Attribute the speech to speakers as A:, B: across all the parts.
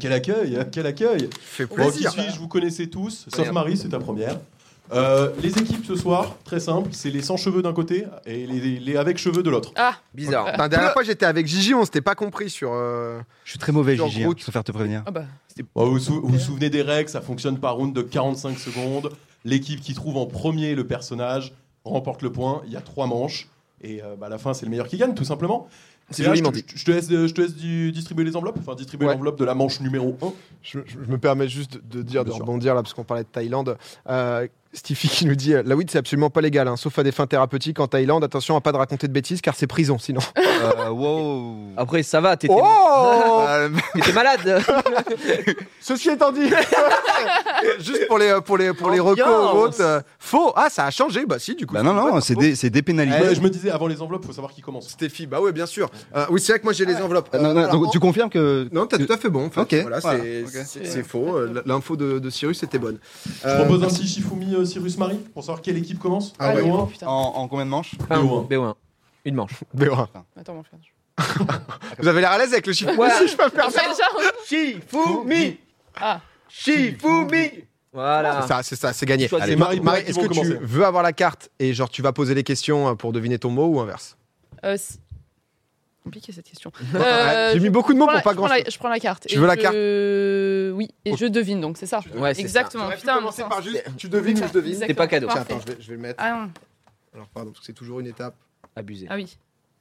A: quel accueil, hein, quel accueil.
B: Fait
A: Bon, qui
B: plaisir.
A: suis-je Vous connaissez tous, sauf
B: Merde.
A: Marie, c'est ta première. Euh, les équipes ce soir, très simple, c'est les sans cheveux d'un côté et les, les avec cheveux de l'autre.
C: Ah,
B: Bizarre. La dernière fois, j'étais avec Gigi, on s'était pas compris sur. euh,
D: Je suis très mauvais,
B: Sur
D: Gigi. hein,
B: route.
D: Je préfère te prévenir.
C: ah bah.
A: Bon, vous sou- vous vous souvenez des règles, ça fonctionne par round de 45 secondes. L'équipe qui trouve en premier le personnage remporte le point. Il y a trois manches et euh, bah, à la fin, c'est le meilleur qui gagne, tout simplement.
B: C'est
A: Et là, je,
B: joliment
A: te- je te laisse, euh, je te laisse du- distribuer les enveloppes, enfin distribuer
B: Ouais.
A: l'enveloppe de la manche numéro 1.
B: Je, je- je me permets juste de, de dire, de
A: Bien sûr.
B: rebondir là, parce qu'on parlait de Thaïlande. Euh, Stiffy qui nous dit euh, La weed, c'est absolument pas légal, hein, sauf à des fins thérapeutiques en Thaïlande. Attention à pas de raconter de bêtises, car c'est prison sinon.
D: Euh, wow.
E: Après, ça va, t'étais
B: Oh
D: Euh,
E: t'étais malade.
B: Ceci étant dit, juste pour les, euh, pour les, pour les recos
E: Ambiance.
B: ou autres, euh, faux. Ah, ça a changé Bah si, du coup.
D: bah non, non, c'est dé- c'est dépénalisé.
A: Ouais, je me disais, avant les enveloppes, faut savoir qui commence.
B: Stéphie, bah ouais, bien sûr. Euh, oui, c'est vrai que moi j'ai les enveloppes.
D: Euh,
B: Euh,
D: non, non,
B: alors,
D: donc
B: en-
D: tu confirmes que.
B: Non, t'as tout à fait bon. En fait.
D: Ok,
B: Voilà,
D: voilà,
B: c'est-
D: ok.
B: c'est c'est faux. Euh, L'info de, de Cyrus était bonne.
A: Je
B: Euh,
A: propose un petit Shifumi euh, Cyrus Marie pour savoir quelle équipe commence.
B: Ah ouais.
A: Numéro
C: bon,
A: un.
D: En,
C: putain.
D: en combien de manches
E: Enfin,
A: B1.
E: B1. Une manche.
B: Béra.
C: Attends, mon frère.
B: Vous avez l'air à l'aise avec le chiffre.
E: Ouais.
B: Si je peux me
C: Ah,
B: permettre.
C: déjà
E: Shifumi
C: Ah.
E: Shifumi Voilà.
B: C'est ça, c'est ça, c'est gagné.
E: Choisis
B: Allez,
A: les
B: Marie,
A: mots
B: Marie,
A: qui
B: est-ce
A: vont
B: que tu
A: commencer.
B: veux avoir la carte et genre tu vas poser les questions euh, pour deviner ton mot ou inverse
C: euh, si- Compliquée cette question. Euh,
B: Ouais, J'ai mis beaucoup de mots
C: je prends
B: pour
C: la-
B: pas grand
C: je prends la- Je prends la carte.
B: Tu
C: Et
B: veux la
C: je-
B: carte
C: Oui, et
B: Ok.
C: je devine donc, c'est ça.
E: Ouais, c'est ça.
B: Ah,
C: Exactement. Putain, mais c'est-
B: tu devines
C: Exactement.
E: pas cadeau.
C: Parfait.
B: je vais, je vais le mettre.
C: Ah non,
B: Alors pardon, parce que c'est toujours une étape.
E: Abusé.
C: ah oui.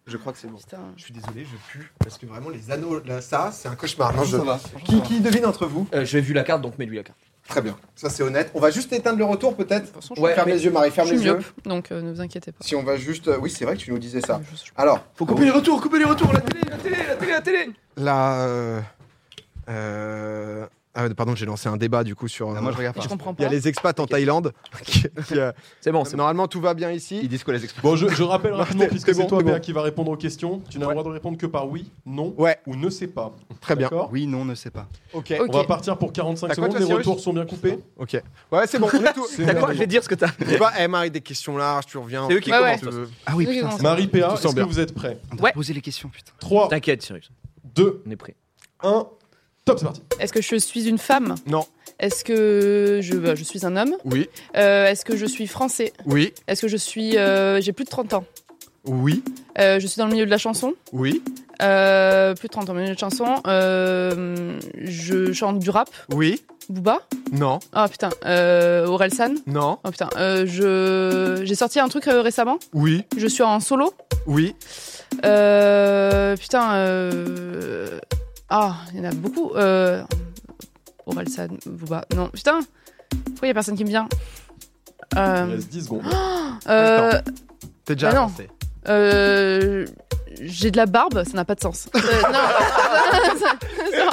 B: Je crois que c'est bon.
C: Putain.
B: Je suis désolé, je pue parce que vraiment les anneaux, là, ça, c'est un cauchemar. Non, je-
D: Ça va.
B: Qui, qui devine entre vous
E: Euh, J'ai vu la carte, donc mets-lui la carte.
B: Très bien. Ça c'est honnête. On va juste éteindre le retour peut-être.
C: De toute façon, je
E: Ouais,
B: ferme
E: mais-
B: les yeux, Marie,
C: je
B: ferme
C: suis
B: les yeux.
C: myope, donc euh, ne vous inquiétez pas.
B: Si on va juste, euh, oui, c'est vrai que tu nous disais ça.
C: Je- je-
B: Alors,
E: Faut couper les retours, couper les retours, la télé, la télé, la télé, la télé
B: là, euh, euh, ah, pardon, j'ai lancé un débat du coup sur.
D: Ah, moi, je regarde pas.
C: Je comprends
B: Il y
C: pas.
B: a les expats en Thaïlande. qui- qui, euh,
E: C'est bon, c'est bon.
B: Normalement, tout va bien ici.
D: Ils disent quoi les experts
A: Bon, je, je rappelle
B: Non,
A: rapidement,
B: t'es-
A: puisque
B: t'es
A: c'est
B: bon,
A: toi,
B: t'es
A: Béa,
B: bon.
A: qui va répondre aux questions. Tu n'as
B: Ouais.
A: le droit de répondre que par oui, non
B: Ouais,
A: ou ne sais pas.
B: très bien.
A: D'accord
D: Oui, non, on ne sait pas.
B: Ok.
C: Ok.
A: On va partir pour 45
B: T'as quoi,
A: secondes.
B: toi,
A: Les
B: Cyrus
A: retours sont bien coupés.
B: Ok. Ouais, c'est bon. On est tout.
A: C'est bon.
B: D'accord,
E: D'accord, je vais dire ce que t'as.
B: Tu vois, eh, Marie, des questions larges, tu reviens.
E: C'est eux qui
C: Ouais, ouais.
E: commencent.
B: Tu
E: de toute
B: veux-
D: Ah oui,
C: Oui,
D: putain,
C: oui,
D: ça-
A: Marie PA,
B: Tout
A: est-ce
B: semble
A: que
B: bien.
A: vous êtes prêts
D: on
C: Ouais.
D: doit poser les questions, putain.
A: 3,
E: façon. T'inquiète, Cyrus.
A: 2,
E: On est prêt.
A: 1, top, c'est parti.
C: Est-ce que je suis une femme
B: Non.
C: Est-ce que je, bah, je suis un homme
B: Oui,
C: Euh, Est-ce que je suis français
B: oui,
C: Est-ce que je suis. euh, J'ai plus de 30 ans.
B: oui,
C: Euh, je suis dans le milieu de la chanson.
B: oui,
C: Euh, plus de 30 ans, milieu de la chanson. Euh, je chante du rap.
B: oui.
C: Booba.
B: Non,
C: Ah putain. Euh, Orelsan.
B: non,
C: Oh putain. Euh, je. J'ai sorti un truc euh, récemment.
B: oui,
C: Je suis en solo.
B: oui.
C: Euh, putain. euh, Ah, il y en a beaucoup. Euh... Orelsan, Booba. Non, putain. Pourquoi il y a personne qui me vient
A: Il
C: euh,
A: reste 10 secondes.
E: oh,
C: euh,
B: T'es déjà
C: Bah non.
B: avancé.
C: Euh, j'ai de la barbe, ça n'a pas de sens. Euh, non, non,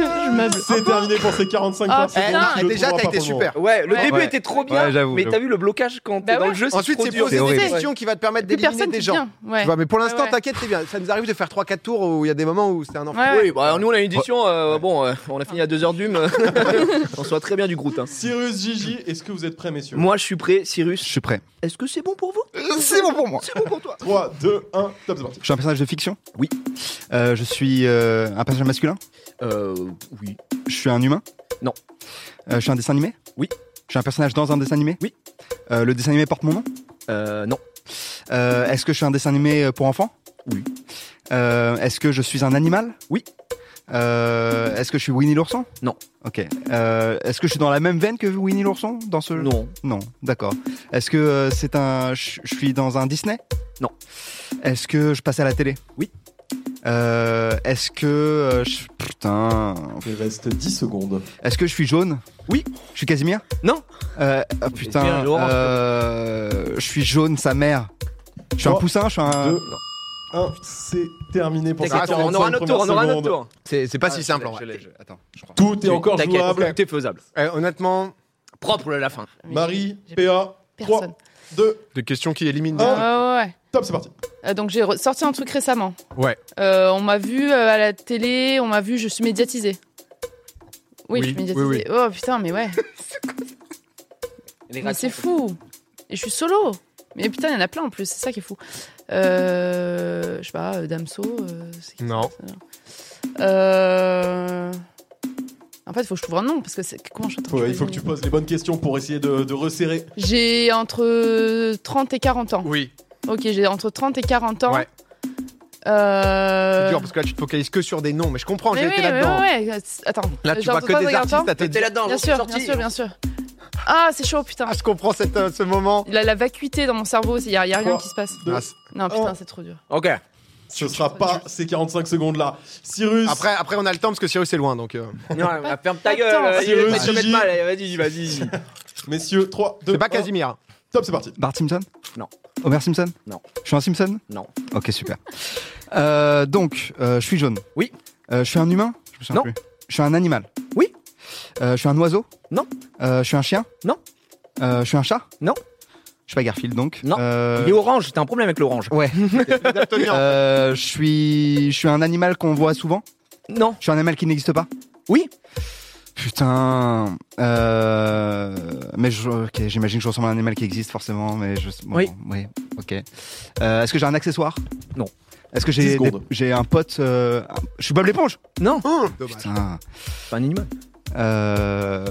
C: je meuble.
A: C'est terminé pour ces 45
C: Ah,
E: Oh,
A: secondes.
C: putain.
A: Tu
B: Ah,
A: le
B: déjà,
A: trouveras
B: t'as
A: pas
B: été
A: pour le
B: super.
E: Ouais, le
C: Ouais.
E: début
D: Ouais.
E: était trop bien,
D: Ouais, j'avoue,
E: mais
D: j'avoue.
E: t'as vu le blocage quand
C: Bah
E: t'es dans
C: ouais.
E: le jeu, c'est
B: Ensuite,
E: trop
B: c'est
E: dur.
B: poser
D: horrible.
B: des questions qui va te permettre
C: Plus
B: d'éliminer
C: personne
B: des
C: qui
B: gens.
C: vient. Ouais.
B: Tu vois, mais pour l'instant,
C: Ouais, ouais.
B: t'inquiète, t'es bien. Ça nous arrive de faire 3-4 tours où il y a des moments où c'est un enfant.
C: Ouais, ouais.
E: Oui, bah, alors, nous on a une édition, euh, bon, euh, on a fini à 2h du mais- on soit très bien du Groot. hein.
A: Cyrus Gigi, est-ce que vous êtes prêts, messieurs
E: Moi je suis prêt,
D: Je
E: Cyrus.
D: suis prêt.
E: Est-ce que c'est bon pour vous
D: C'est bon pour moi.
E: C'est bon pour toi
A: 3, 2, 1, top, c'est parti.
D: Je suis un personnage de fiction Oui. Euh, je suis euh, un personnage masculin
E: Euh, oui.
D: Je suis un humain
E: Non.
D: Euh, je suis un dessin animé
E: Oui.
D: Je suis un personnage dans un dessin animé
E: Oui.
D: Euh, le dessin animé porte mon nom
E: Euh, non.
D: Euh, Est-ce que je suis un dessin animé euh, pour enfants
E: Oui.
D: Euh, Est-ce que je suis un animal
E: Oui.
D: Euh, Est-ce que je suis Winnie l'ourson
E: Non.
D: Ok. Euh, Est-ce que je suis dans la même veine que Winnie l'ourson dans ce
E: Non.
D: Non. D'accord. Est-ce que euh, c'est un je je suis dans un Disney
E: Non.
D: Est-ce que je passe à la télé
E: Oui.
D: Euh, Est-ce que euh, je... putain
A: Il reste 10 secondes.
D: Est-ce que je suis jaune
E: Oui.
D: Je suis Casimir
E: Non.
D: Euh, ah,
E: Casimir,
D: putain.
E: j'ai horreur.
D: euh, je suis jaune, sa mère. Je suis un
E: Oh.
A: Trois,
D: poussin, je suis
B: Euh,
D: un.
A: 2, 1, c'est terminé pour ces
E: T'inquiète,
A: 45
E: on aura un autre tour, on aura un
A: secondes.
E: autre tour.
B: C'est c'est pas si simple en
E: Ah, Je
B: vrai.
E: l'ai, je l'ai. Attends.
A: Tout est encore
E: T'inquiète,
A: jouable.
E: Tout est faisable.
B: Eh, Honnêtement,
E: Propre à la fin.
C: Mais
A: Marie,
C: j'ai- j'ai
A: PA, 3,
C: Personne.
A: 2,
B: des questions qui éliminent.
A: Ah.
B: des-
C: Ouais, ouais, ouais.
A: top, c'est parti.
C: Euh, donc j'ai re- sorti un truc récemment.
B: Ouais.
C: Euh, on m'a vu euh, à la télé, on m'a vu, je suis médiatisée. Oui,
B: Oui,
C: je suis médiatisée.
B: oui, oui.
C: Oh putain, mais ouais. Mais c'est fou. Et je suis solo. Mais putain, il y en a plein en plus, c'est ça qui est fou. Euh, je sais pas, euh, Damso. euh, c'est qui
B: Non.
C: ça Euh, En fait, il faut que je trouve un nom parce que c'est- comment je
A: Faut- il faut que tu poses les bonnes questions pour essayer de, de resserrer.
C: J'ai entre 30 et 40 ans.
B: Oui,
C: Ok, j'ai entre 30 et 40 ans.
B: Ouais.
C: Euh...
B: c'est dur parce que là tu te focalises que sur des noms, mais je comprends, j'ai
C: mais
B: été
C: oui, mais
B: là-dedans.
C: ouais, ouais. Attends. Euh,
B: Là tu
C: J'ai
B: vois
C: entre
B: que
C: 30 et
B: des
C: 40
B: artistes
C: ans.
B: à te
F: T'es là-dedans,
C: Bien
F: j'en suis
C: sûr, bien
F: sorti.
C: sûr, bien sûr. Ah, c'est chaud, putain.
B: Ah, je comprends cette, euh, ce moment.
C: Il a la vacuité dans mon cerveau, il y a, y a rien
A: Trois,
C: qui se passe.
A: deux,
B: Ah, c'est-
C: Non, putain,
A: un.
C: c'est trop dur.
E: Ok.
A: Ce sera pas ces 45 secondes-là. Cyrus,
B: après, après, on a le temps parce que Cyrus est loin donc. euh,
E: Non, ferme ta
C: Attends,
E: gueule. euh,
A: Cyrus,
E: il va te
A: Gigi.
E: mettre mal. Vas-y, vas-y.
A: messieurs, 3, 2,
B: C'est pas
A: 1.
B: Casimir. hein.
A: Top, c'est parti.
D: Bart Simpson
E: Non.
D: Homer Simpson
E: Non.
D: Je suis un Simpson
E: Non.
D: Ok, super. Euh, donc, euh, je suis jaune.
E: Oui.
D: Euh, je suis un humain Je me souviens
E: Non.
D: plus. Je suis un animal
E: Oui.
D: Euh, je suis un oiseau
E: Non.
D: Euh, je suis un chien
E: Non.
D: Euh, je suis un chat
E: Non.
D: Je suis pas Garfield donc.
E: Non.
D: Euh,
E: Il est orange. T'as un problème avec l'orange
D: Ouais. Euh, je suis, je suis un animal qu'on voit souvent.
E: Non.
D: Je suis un animal qui n'existe pas.
E: Oui.
D: Putain. Euh, mais je- ok, j'imagine que je ressemble à un animal qui existe forcément, mais je. bon,
E: Oui.
D: Oui. Ok. Euh, Est-ce que j'ai un accessoire
E: Non.
D: Est-ce que
A: 10
D: j'ai
A: secondes.
D: des- j'ai un pote euh, un- Je suis Bob l'éponge.
E: Non.
B: Hum, Dommage.
D: Putain.
E: C'est pas un animal.
D: Euh,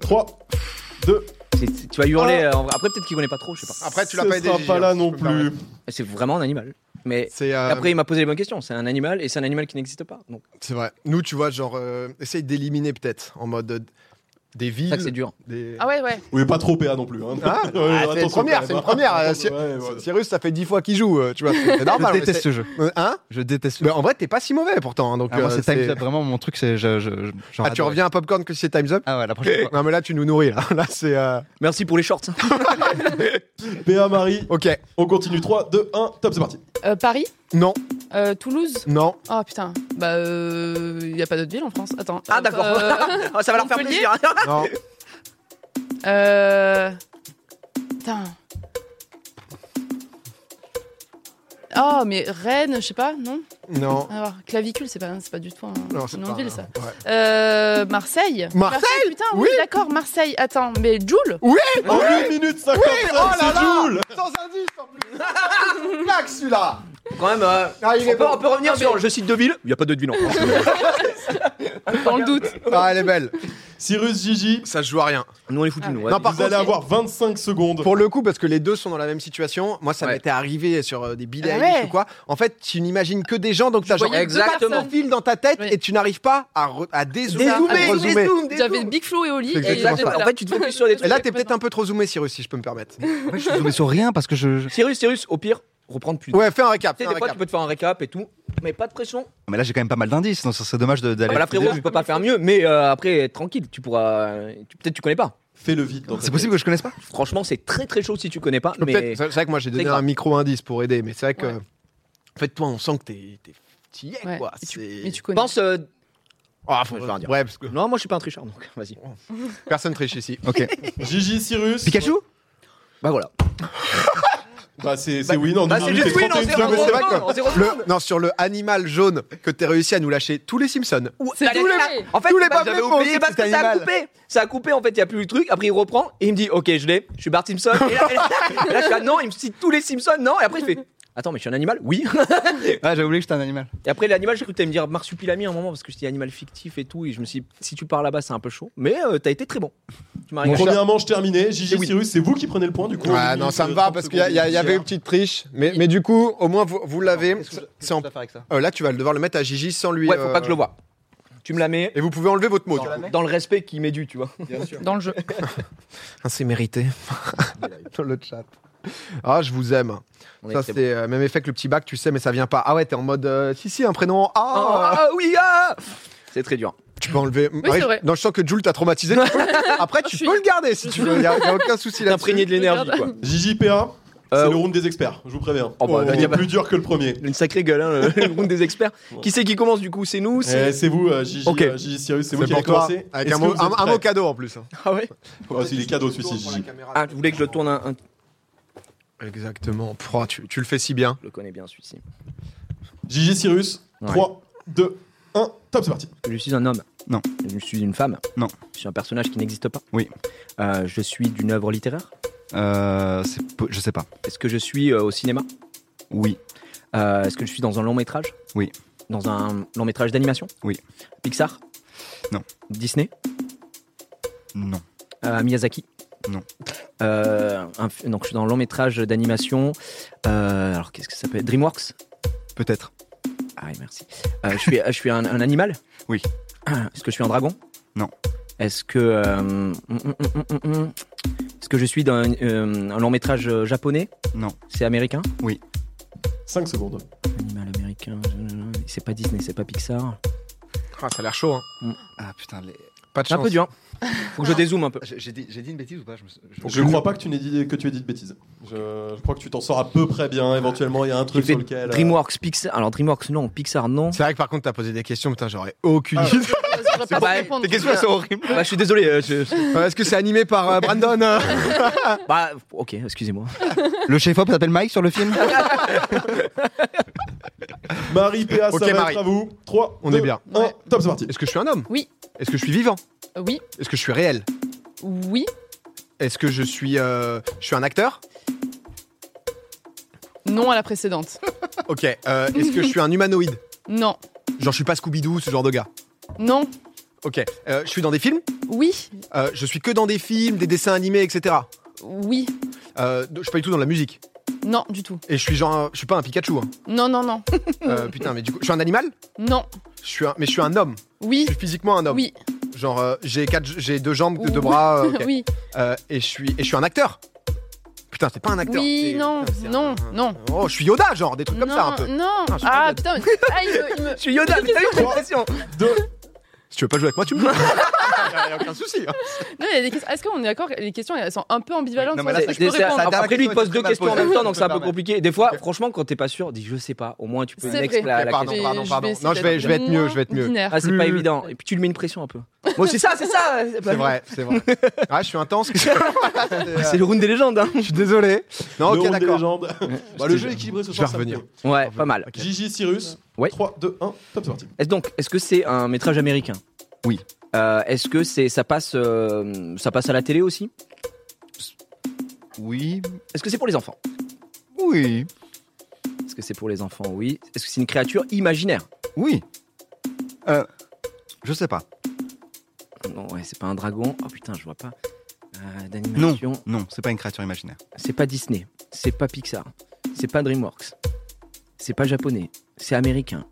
A: 3, 2,
E: C'est- Tu vas hurler. euh, en vrai. Après, peut-être qu'il connaît pas trop. Je sais pas.
B: Après, tu l'as
A: ce
B: pas aidé,
A: sera
B: Gigi,
A: pas
B: hein,
A: là
B: si
A: non
B: je peux me permettre.
A: plus.
E: C'est vraiment un animal. Mais
B: C'est euh,
E: après, il m'a posé les bonnes questions. C'est un animal et c'est un animal qui n'existe pas. Donc,
B: c'est vrai. Nous, tu vois, genre, euh, essaye d'éliminer peut-être en mode euh, des
E: c'est ça que c'est
B: villes.
E: dur.
B: Des...
C: Ah ouais, ouais.
A: Oui, pas trop PA non plus. hein. Ouais, ouais,
B: Ah, c'est une
A: attention,
B: première,
A: quand
B: c'est
A: même,
B: une première,
A: hein.
B: euh,
A: Ouais,
B: Cyr-
A: ouais, ouais.
B: Cyrus, ça fait dix fois qu'il joue, euh, tu vois. C'est normal.
D: je
B: mais
D: déteste
B: c'est-
D: ce jeu.
B: Euh, Hein
D: Je déteste. ce jeu.
B: Mais en vrai, t'es pas si mauvais pourtant. hein, donc,
D: Ah, moi,
B: euh,
D: c'est Time's
B: c'est-
D: Up, vraiment mon truc. C'est je. je- je- genre
B: Ah, tu
D: adoré.
B: reviens à Popcorn que c'est Time's Up
D: Ah ouais, la prochaine fois.
B: Non, mais là, tu nous nourris. Là, là c'est. euh,
E: Merci pour les shorts.
A: PA Marie,
B: Ok.
A: on continue. 3, 2, 1, top, c'est parti.
C: Euh, Paris,
B: Non,
C: euh, Toulouse.
B: non.
C: Oh putain, bah euh, il y a pas d'autre ville en France. Attends.
E: Ah
C: Euh,
E: d'accord.
C: euh,
E: Ah, ça va leur faire
C: Montpellier.
E: plaisir.
B: Non.
C: Euh... Putain. Oh, mais Rennes, je sais pas, non
B: Non.
D: Ah,
C: Alors, Ah, Clavicule, c'est pas, c'est pas du tout un
B: Non, c'est
C: nom
B: pas-
C: de ville, ça.
B: ouais.
C: Euh, Marseille
B: Marseille
C: Putain,
B: Oui.
C: oui, d'accord, Marseille. Attends, mais Joule
A: En 1 minute 50, c'est Joule
B: Sans indice en plus Plaque celui-là
E: Quand même. euh,
B: Ah, il est
E: on, peut,
B: bon.
E: on peut revenir sur. Je cite deux villes. Il y a pas d'autres villes en France.
C: Dans le doute.
B: Ah, elle est belle
A: Cyrus, Gigi,
B: Ça se joue à rien.
E: Nous on est foutus
C: Ah,
E: nous.
C: ouais.
E: ouais.
B: Non, par
A: vous
B: contre,
A: allez avoir 25 secondes.
B: Pour le coup, parce que les deux sont dans la même situation, moi ça
E: Ouais.
B: m'était arrivé sur euh, des billets
C: Ah ouais.
B: ou quoi. En fait, tu n'imagines que des gens, donc t'as genre
C: voyais
E: deux Exactement.
B: un
C: personnes.
B: fil dans ta tête
C: Oui.
B: et tu n'arrives pas à, re- à dézoomer.
E: Dézoomer,
B: à rezoomer.
C: J'avais Big Flo et Oli.
B: C'est
C: et-
B: exactement
E: Exactement. En fait, tu te focus sur des
B: Et
E: trucs.
B: là, t'es peut-être un peu trop zoomé, Cyrus, si je peux me permettre.
D: En fait, je suis tombé sur rien parce que je. je-
E: Cyrus, Cyrus, au pire, reprendre plus.
B: Ouais, fais un récap. fais
E: Tu sais,
B: un
E: des fois, tu
B: récap.
E: peux te faire un récap et tout, mais pas de pression.
D: Ah, Mais là, j'ai quand même pas mal d'indices. donc C'est c'est dommage de-
E: Ah
D: d'aller.
E: bah là,
D: au
E: frérot,
D: début.
E: Bah, tu peux pas faire mieux, mais euh, après, tranquille, tu pourras. euh, tu- Peut-être tu connais pas.
A: Fais-le vite. dans ta
D: C'est possible que je connaisse pas.
E: Franchement, c'est très très chaud si tu connais pas,
B: Je peux
E: mais.
B: peut-être- C'est vrai que moi j'ai donné
E: grave.
B: un micro-indice pour aider, mais c'est vrai que.
C: Ouais.
B: En fait, toi, on sent que t'es. t'es- T'y es,
C: Ouais.
B: quoi.
C: Et tu-
B: c'est-
C: Mais tu connais.
E: Pense. euh,
B: Ah, faut-
E: Je vais rien dire.
B: Ouais, parce que
E: Non, moi je suis pas un tricheur donc, vas-y.
B: personne triche ici.
D: Ok.
A: Gigi, Cyrus.
D: Pikachu
E: Bah voilà.
A: Bah, c'est c'est win en
E: Bah,
A: 2
E: c'est
A: minutes et
E: juste win en
A: 31
E: zéro
B: secondes.
A: secondes.
B: c'est vrai que
E: seconde, en zéro
B: Le-
E: seconde.
B: non, sur le animal jaune que t'es réussi à nous lâcher tous les Simpsons.
C: C'est
E: Bah,
C: tous
E: là,
C: les-
E: En fait,
B: tous les
E: bah,
B: Bob
E: j'avais
B: Lepons,
E: oublié parce
B: cet
E: que ça a
B: animal.
E: coupé. Ça a coupé en fait, il y a plus le truc. Après, il reprend et il me dit OK, je l'ai. Je suis Bart Simpson. Et là, et là- et là, je suis là, non, il me cite tous les Simpsons. Non, et après il fait Attends, mais je suis un animal Oui.
D: Ah, j'ai oublié que j'étais un animal.
E: et après l'animal, j'ai cru que t'allais me dire marsupilami à un moment parce que j'étais animal fictif et tout et je me suis dit, si tu pars là-bas, c'est un peu chaud, mais euh, t'as été très bon. Tu m'as
A: Bon,
E: régalé.
A: Première manche terminée. Gigi,
E: C'est win.
A: Cyrus, c'est vous qui prenez le point du coup.
B: Ouais, Ah, non, ça me va parce qu'il y, a- il y a- il y avait une petite triche. Mais, mais du coup, au moins, vous, vous l'avez. C'est en-
D: faire avec ça
B: Euh, là, tu vas devoir le mettre à Gigi sans lui.
E: Ouais, faut
B: euh,
E: pas que je le vois. Tu me la mets
B: Et vous pouvez enlever votre mot. du coup.
E: dans le respect qui m'est dû, tu vois.
C: Dans le jeu.
B: Ah, c'est mérité. Dans le chat. Ah, je vous aime.
E: On est
B: Ça,
E: très
B: c'est euh, même effet que le petit bac, tu sais, mais ça vient pas. Ah ouais, t'es en mode. euh, si, si, un prénom. Ah,
E: bon. Ah, ah, oui, ah C'est très dur.
B: Tu peux enlever. Marie,
C: c'est vrai.
B: Non, je sens que Jules t'a traumatisé. Après, tu
C: Je
B: peux
C: suis-
B: le garder si tu veux. Il n'y a, y a aucun souci là-dessus.
E: Imprégné de l'énergie, quoi.
A: Gigi, PA, c'est
E: Euh,
A: le round des experts. Je vous préviens.
E: Oh, bah,
A: Il est
E: Daniel, bah,
A: plus dur que le premier.
E: une sacrée gueule, hein, le, le round des experts.
A: Ouais.
E: Qui c'est qui commence du coup C'est nous c'est-
A: Eh, C'est vous, euh, Gigi,
E: Ok.
A: euh, Gigi, Cyrus, c'est vous
B: C'est
A: qui avez
B: pour toi.
A: commencé.
B: Avec
A: Est-ce
B: un
A: que
B: mot,
A: vous
B: un-
A: êtes
B: un mot
A: prêts
B: cadeau en plus. hein.
E: Ah ouais
A: Oh, c'est les cadeaux celui-ci, Gigi.
E: Ah, tu voulais que je tourne un. un-
B: Exactement. Pouah, tu, tu le fais si bien.
E: Je le connais bien celui-ci.
A: Gigi, Cyrus,
E: Ouais.
A: 3, 2, 1, top, c'est parti.
E: Je suis un homme.
D: Non.
E: Je suis une femme.
D: Non.
E: Je suis un personnage qui n'existe pas.
D: Oui.
E: Euh, je suis d'une œuvre littéraire.
D: Euh, c'est po- je sais pas.
E: Est-ce que je suis euh, au cinéma
D: Oui.
E: Euh, Est-ce que je suis dans un long métrage
D: Oui.
E: Dans un long métrage d'animation
D: Oui.
E: Pixar
D: Non.
E: Disney
D: Non.
E: Euh, Miyazaki
D: Non.
E: Euh, un f- donc je suis dans le long métrage d'animation. Euh, alors qu'est-ce que ça peut être DreamWorks
D: Peut-être.
E: Ah oui, merci. Euh, je suis, je suis un, un animal Ah,
D: Oui.
E: Est-ce que je suis un dragon
D: Non.
E: Est-ce que. euh, mm, mm, mm, mm, mm. Est-ce que je suis dans euh, un long métrage euh, japonais
D: Non.
E: C'est américain
A: 5 secondes.
E: Animal américain. euh, C'est pas Disney, c'est pas Pixar.
B: Ah, ça a l'air chaud, hein.
D: Ah putain, les...
B: Pas de
E: C'est un
B: chance.
E: peu dur. hein. Faut que je dézoome un peu.
D: j'ai dit, j'ai dit une bêtise ou pas je, me sou- je-
A: Je ne crois pas que tu, n'aies dit, que tu aies dit de bêtises. Je, je crois que tu t'en sors à peu près bien. Éventuellement, il y a un truc
E: J'ai fait
A: sur lequel. euh,
E: DreamWorks, Pixar. Alors DreamWorks, non. Pixar, non.
B: C'est vrai que par contre, t'as posé des questions, putain, j'aurais aucune
A: Ah.
B: idée.
C: pourrais pas
E: pas-
C: te répondre.
E: les questions, elles sont
D: horrible.
E: Bah, je suis désolé. euh, je-
B: Euh, Est-ce que c'est animé par euh, Brandon euh
E: Bah, ok, excusez-moi.
D: Le chef-op s'appelle Mike sur le film
A: Marie PA,
B: Ok,
A: ça va
B: Marie.
A: être à vous. 3,
B: On est bien.
C: Ouais.
A: top, c'est parti.
B: Est-ce que je suis un homme
C: Oui.
B: Est-ce que je suis vivant
C: Euh, Oui,
B: Est-ce que je suis réel
C: oui,
B: Est-ce que je suis, euh, je suis un acteur
C: non à la précédente.
B: Ok. euh, Est-ce que je suis un humanoïde
C: Non,
B: Genre, je suis pas Scooby-Doo, ce genre de gars.
C: non,
B: Ok. euh, je suis dans des films
C: oui,
B: Euh, Je suis que dans des films, des dessins animés, etc.
C: oui,
B: Euh, je suis pas du tout dans la musique.
C: non du tout.
B: Et je suis genre, un- je suis pas un Pikachu. hein.
C: Non, non, non, Mm.
B: Euh, putain, mais du coup, je suis un animal
C: non,
B: Je suis un, mais je suis un homme.
C: oui,
B: Je suis physiquement un homme.
C: oui,
B: Genre, euh, j'ai quatre, j'ai deux jambes, deux,
C: Oui.
B: bras. euh, ok.
C: oui,
B: Euh, et je suis, et je suis un acteur. Putain, c'est pas un acteur.
C: Oui,
B: c'est-
C: non,
B: putain, c'est
C: non, non.
B: Oh, je suis Yoda, genre des trucs
C: non,
B: comme ça un peu.
C: non.
B: Ah, je suis pas
C: Ah
B: Yoda.
C: putain, mais- ah, il me, il me-
E: Je suis Yoda, mais t'as eu trop de pression.
A: 2,
B: Si tu veux pas jouer avec moi, tu me joues. y a aucun souci. hein.
C: Non, il y a des questions. Est-ce qu'on est d'accord que Les questions elles sont un peu ambivalentes.
D: Non,
C: tu
D: mais
C: vois,
D: là,
C: c'est-
D: ça-
C: je peux
E: Des- ça-
C: répondre.
D: ça-
E: Après, lui, il pose
D: Très
E: deux
D: mal
E: questions en
D: posé.
E: même temps, donc c'est un peu
B: Pardon.
E: compliqué. Des fois, franchement, quand t'es pas sûr, dis je sais pas. Au moins, tu peux
C: C'est
E: next
C: vrai.
E: la, la
B: Pardon,
E: question.
B: pardon,
C: Je
B: pardon.
C: vais essayer
B: Non, je vais,
C: d'être
B: je vais être mieux, je vais être mieux.
C: binaire.
E: Ah, c'est pas
B: Plus-
E: évident. Et puis tu lui mets une pression un peu. Bon, c'est ça, c'est ça. Bah,
B: C'est vrai, c'est vrai. Ah, je suis intense.
E: C'est le round des légendes. hein.
B: Je suis désolé. Non,
A: le
B: ok,
A: rôle des
B: d'accord.
A: légendes. Bah, le jeu est équilibré ce
B: Je
A: soir.
B: vais
A: ça me
B: revenir.
A: plaît.
E: Ouais, pas mal.
B: Ok.
A: Gigi Cyrus.
E: Ouais.
A: 3, 2, 1, top, c'est parti.
E: Est-ce donc, est-ce que c'est un métrage américain
D: Oui.
E: Euh, est-ce que c'est ça passe euh, ça passe à la télé aussi
D: Oui.
E: Est-ce que c'est pour les enfants
D: Oui.
E: Est-ce que c'est pour les enfants Oui. Est-ce que c'est une créature imaginaire
D: Oui. Euh, je sais pas.
E: Non, ouais, c'est pas un dragon. Oh putain, je vois pas. Euh, d'animation.
D: Non, c'est pas une créature imaginaire.
E: C'est pas Disney, c'est pas Pixar, c'est pas DreamWorks, c'est pas japonais, c'est américain.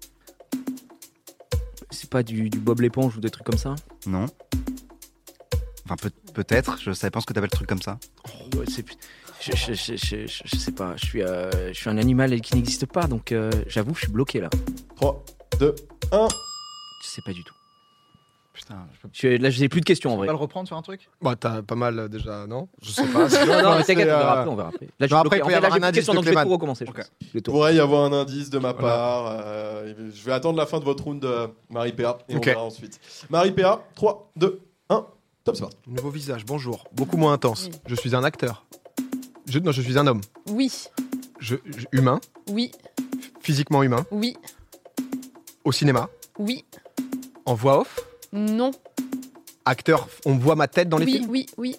E: C'est pas du, du Bob l'éponge ou des trucs comme ça
D: Non. Enfin, peut- peut-être. Je sais, pense que t'appelles le truc comme ça.
E: Oh, Ouais, c'est- je, je- je- je- je- je sais pas, je suis, euh, je suis un animal qui n'existe pas, donc euh, j'avoue, je suis bloqué là.
A: 3, 2, 1.
E: Je sais pas du tout.
D: Putain, je peux
E: Je, là, j'ai plus de questions en vrai.
D: pas le reprendre sur un truc
B: Bah, t'as pas mal euh, déjà, non Je sais pas.
E: Non, non, mais t'inquiète,
B: c'est,
E: on verra
B: euh,
E: après, on verra après. Là, je suis
B: non, après,
E: bloqué.
B: il peut y
E: En fait, là,
B: avoir
E: j'ai
B: un
E: plus de
B: indice de
E: questions, donc je vais tout
B: Clément.
E: recommencer. je
D: Ok.
E: pense. Le
A: Il
E: tour.
A: pourrait y avoir un indice de ma part. euh, je vais attendre la fin de votre round, euh, Marie PA, et
B: Ok.
A: on verra ensuite. Marie PA, 3, 2, 1, top, c'est parti.
B: Nouveau visage, bonjour. Beaucoup moins intense. Je suis un acteur. Je, non, je suis un homme.
C: Oui,
B: Je, je- humain,
C: oui,
B: physiquement humain,
C: oui,
B: au cinéma,
C: oui,
B: en voix off,
C: non.
B: acteur. On voit ma tête dans les
C: Oui,
B: films,
C: oui, oui,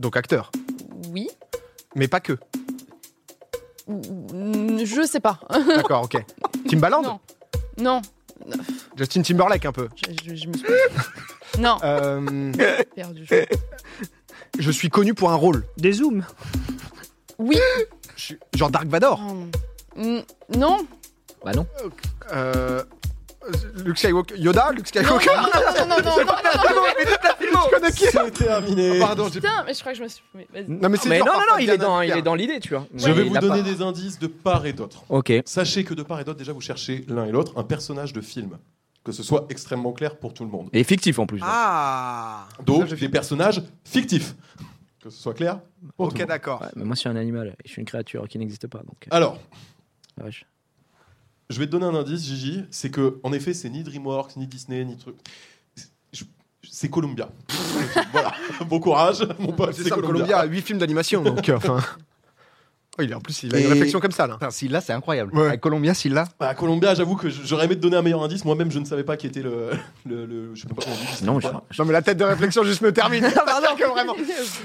B: donc acteur.
C: oui.
B: Mais pas que.
C: Mm, Je sais pas.
B: D'accord, ok. Timbaland,
C: Non. Non,
B: Justin Timberlake un peu.
C: je, je- je me suis non,
B: Euh,
C: perdu.
B: je suis connu pour un rôle.
E: Des zooms.
C: Oui.
B: Je suis- genre Dark Vador.
C: Pardon. Mm, Non.
E: Bah non.
B: Euh, Luke Skywalker. Yoda, Luke
C: Non, non,
B: Skywalker.
C: non, non, non, non, non, non, non.
B: Je connais qui Ah,
A: C'est terminé.
B: Pardon, j'ai-
C: Putain, mais je crois que je me suis. mais vas-y.
B: Non mais c'est
E: Mais
B: dur,
E: non, non,
B: parfois,
E: non,
B: de
E: il
B: bien
E: est dans, il
B: faire.
E: est dans l'idée, tu vois.
A: Je vais
E: Il
A: vous
E: l'a
A: donner
E: pas.
A: des indices de part et d'autre.
E: Ok.
A: Sachez que de part et d'autre, déjà, vous cherchez l'un et l'autre un personnage de film. Que ce soit extrêmement clair pour tout le monde.
E: Et fictif en plus.
B: Ah.
A: Donc, des personnages fictifs. Que ce soit clair pour tout
B: Ok,
A: le monde.
B: d'accord.
E: Ouais, mais moi, je suis un animal et je suis une créature qui n'existe pas, donc. euh,
A: Alors,
E: la vache.
A: Je vais te donner un indice, Gigi. C'est que, en effet, c'est ni DreamWorks, ni Disney, ni truc. Je- C'est Columbia. voilà. Bon courage, mon pote.
B: C'est ça,
A: Columbia.
B: Columbia a 8 films d'animation, donc euh, enfin. Oh, il est, en plus, il a une
D: Et-
B: réflexion comme ça, là.
D: Putain, Silla, c'est incroyable.
B: Ouais.
D: À Colombia, Silla.
A: Bah, Columbia, j'avoue que je- j'aurais aimé te donner un meilleur indice. Moi-même, je ne savais pas qui était le. le, le- je sais pas comment on dit. Disney.
E: Non, je-
B: Non, mais la tête de réflexion juste me termine. Pardon, que vraiment.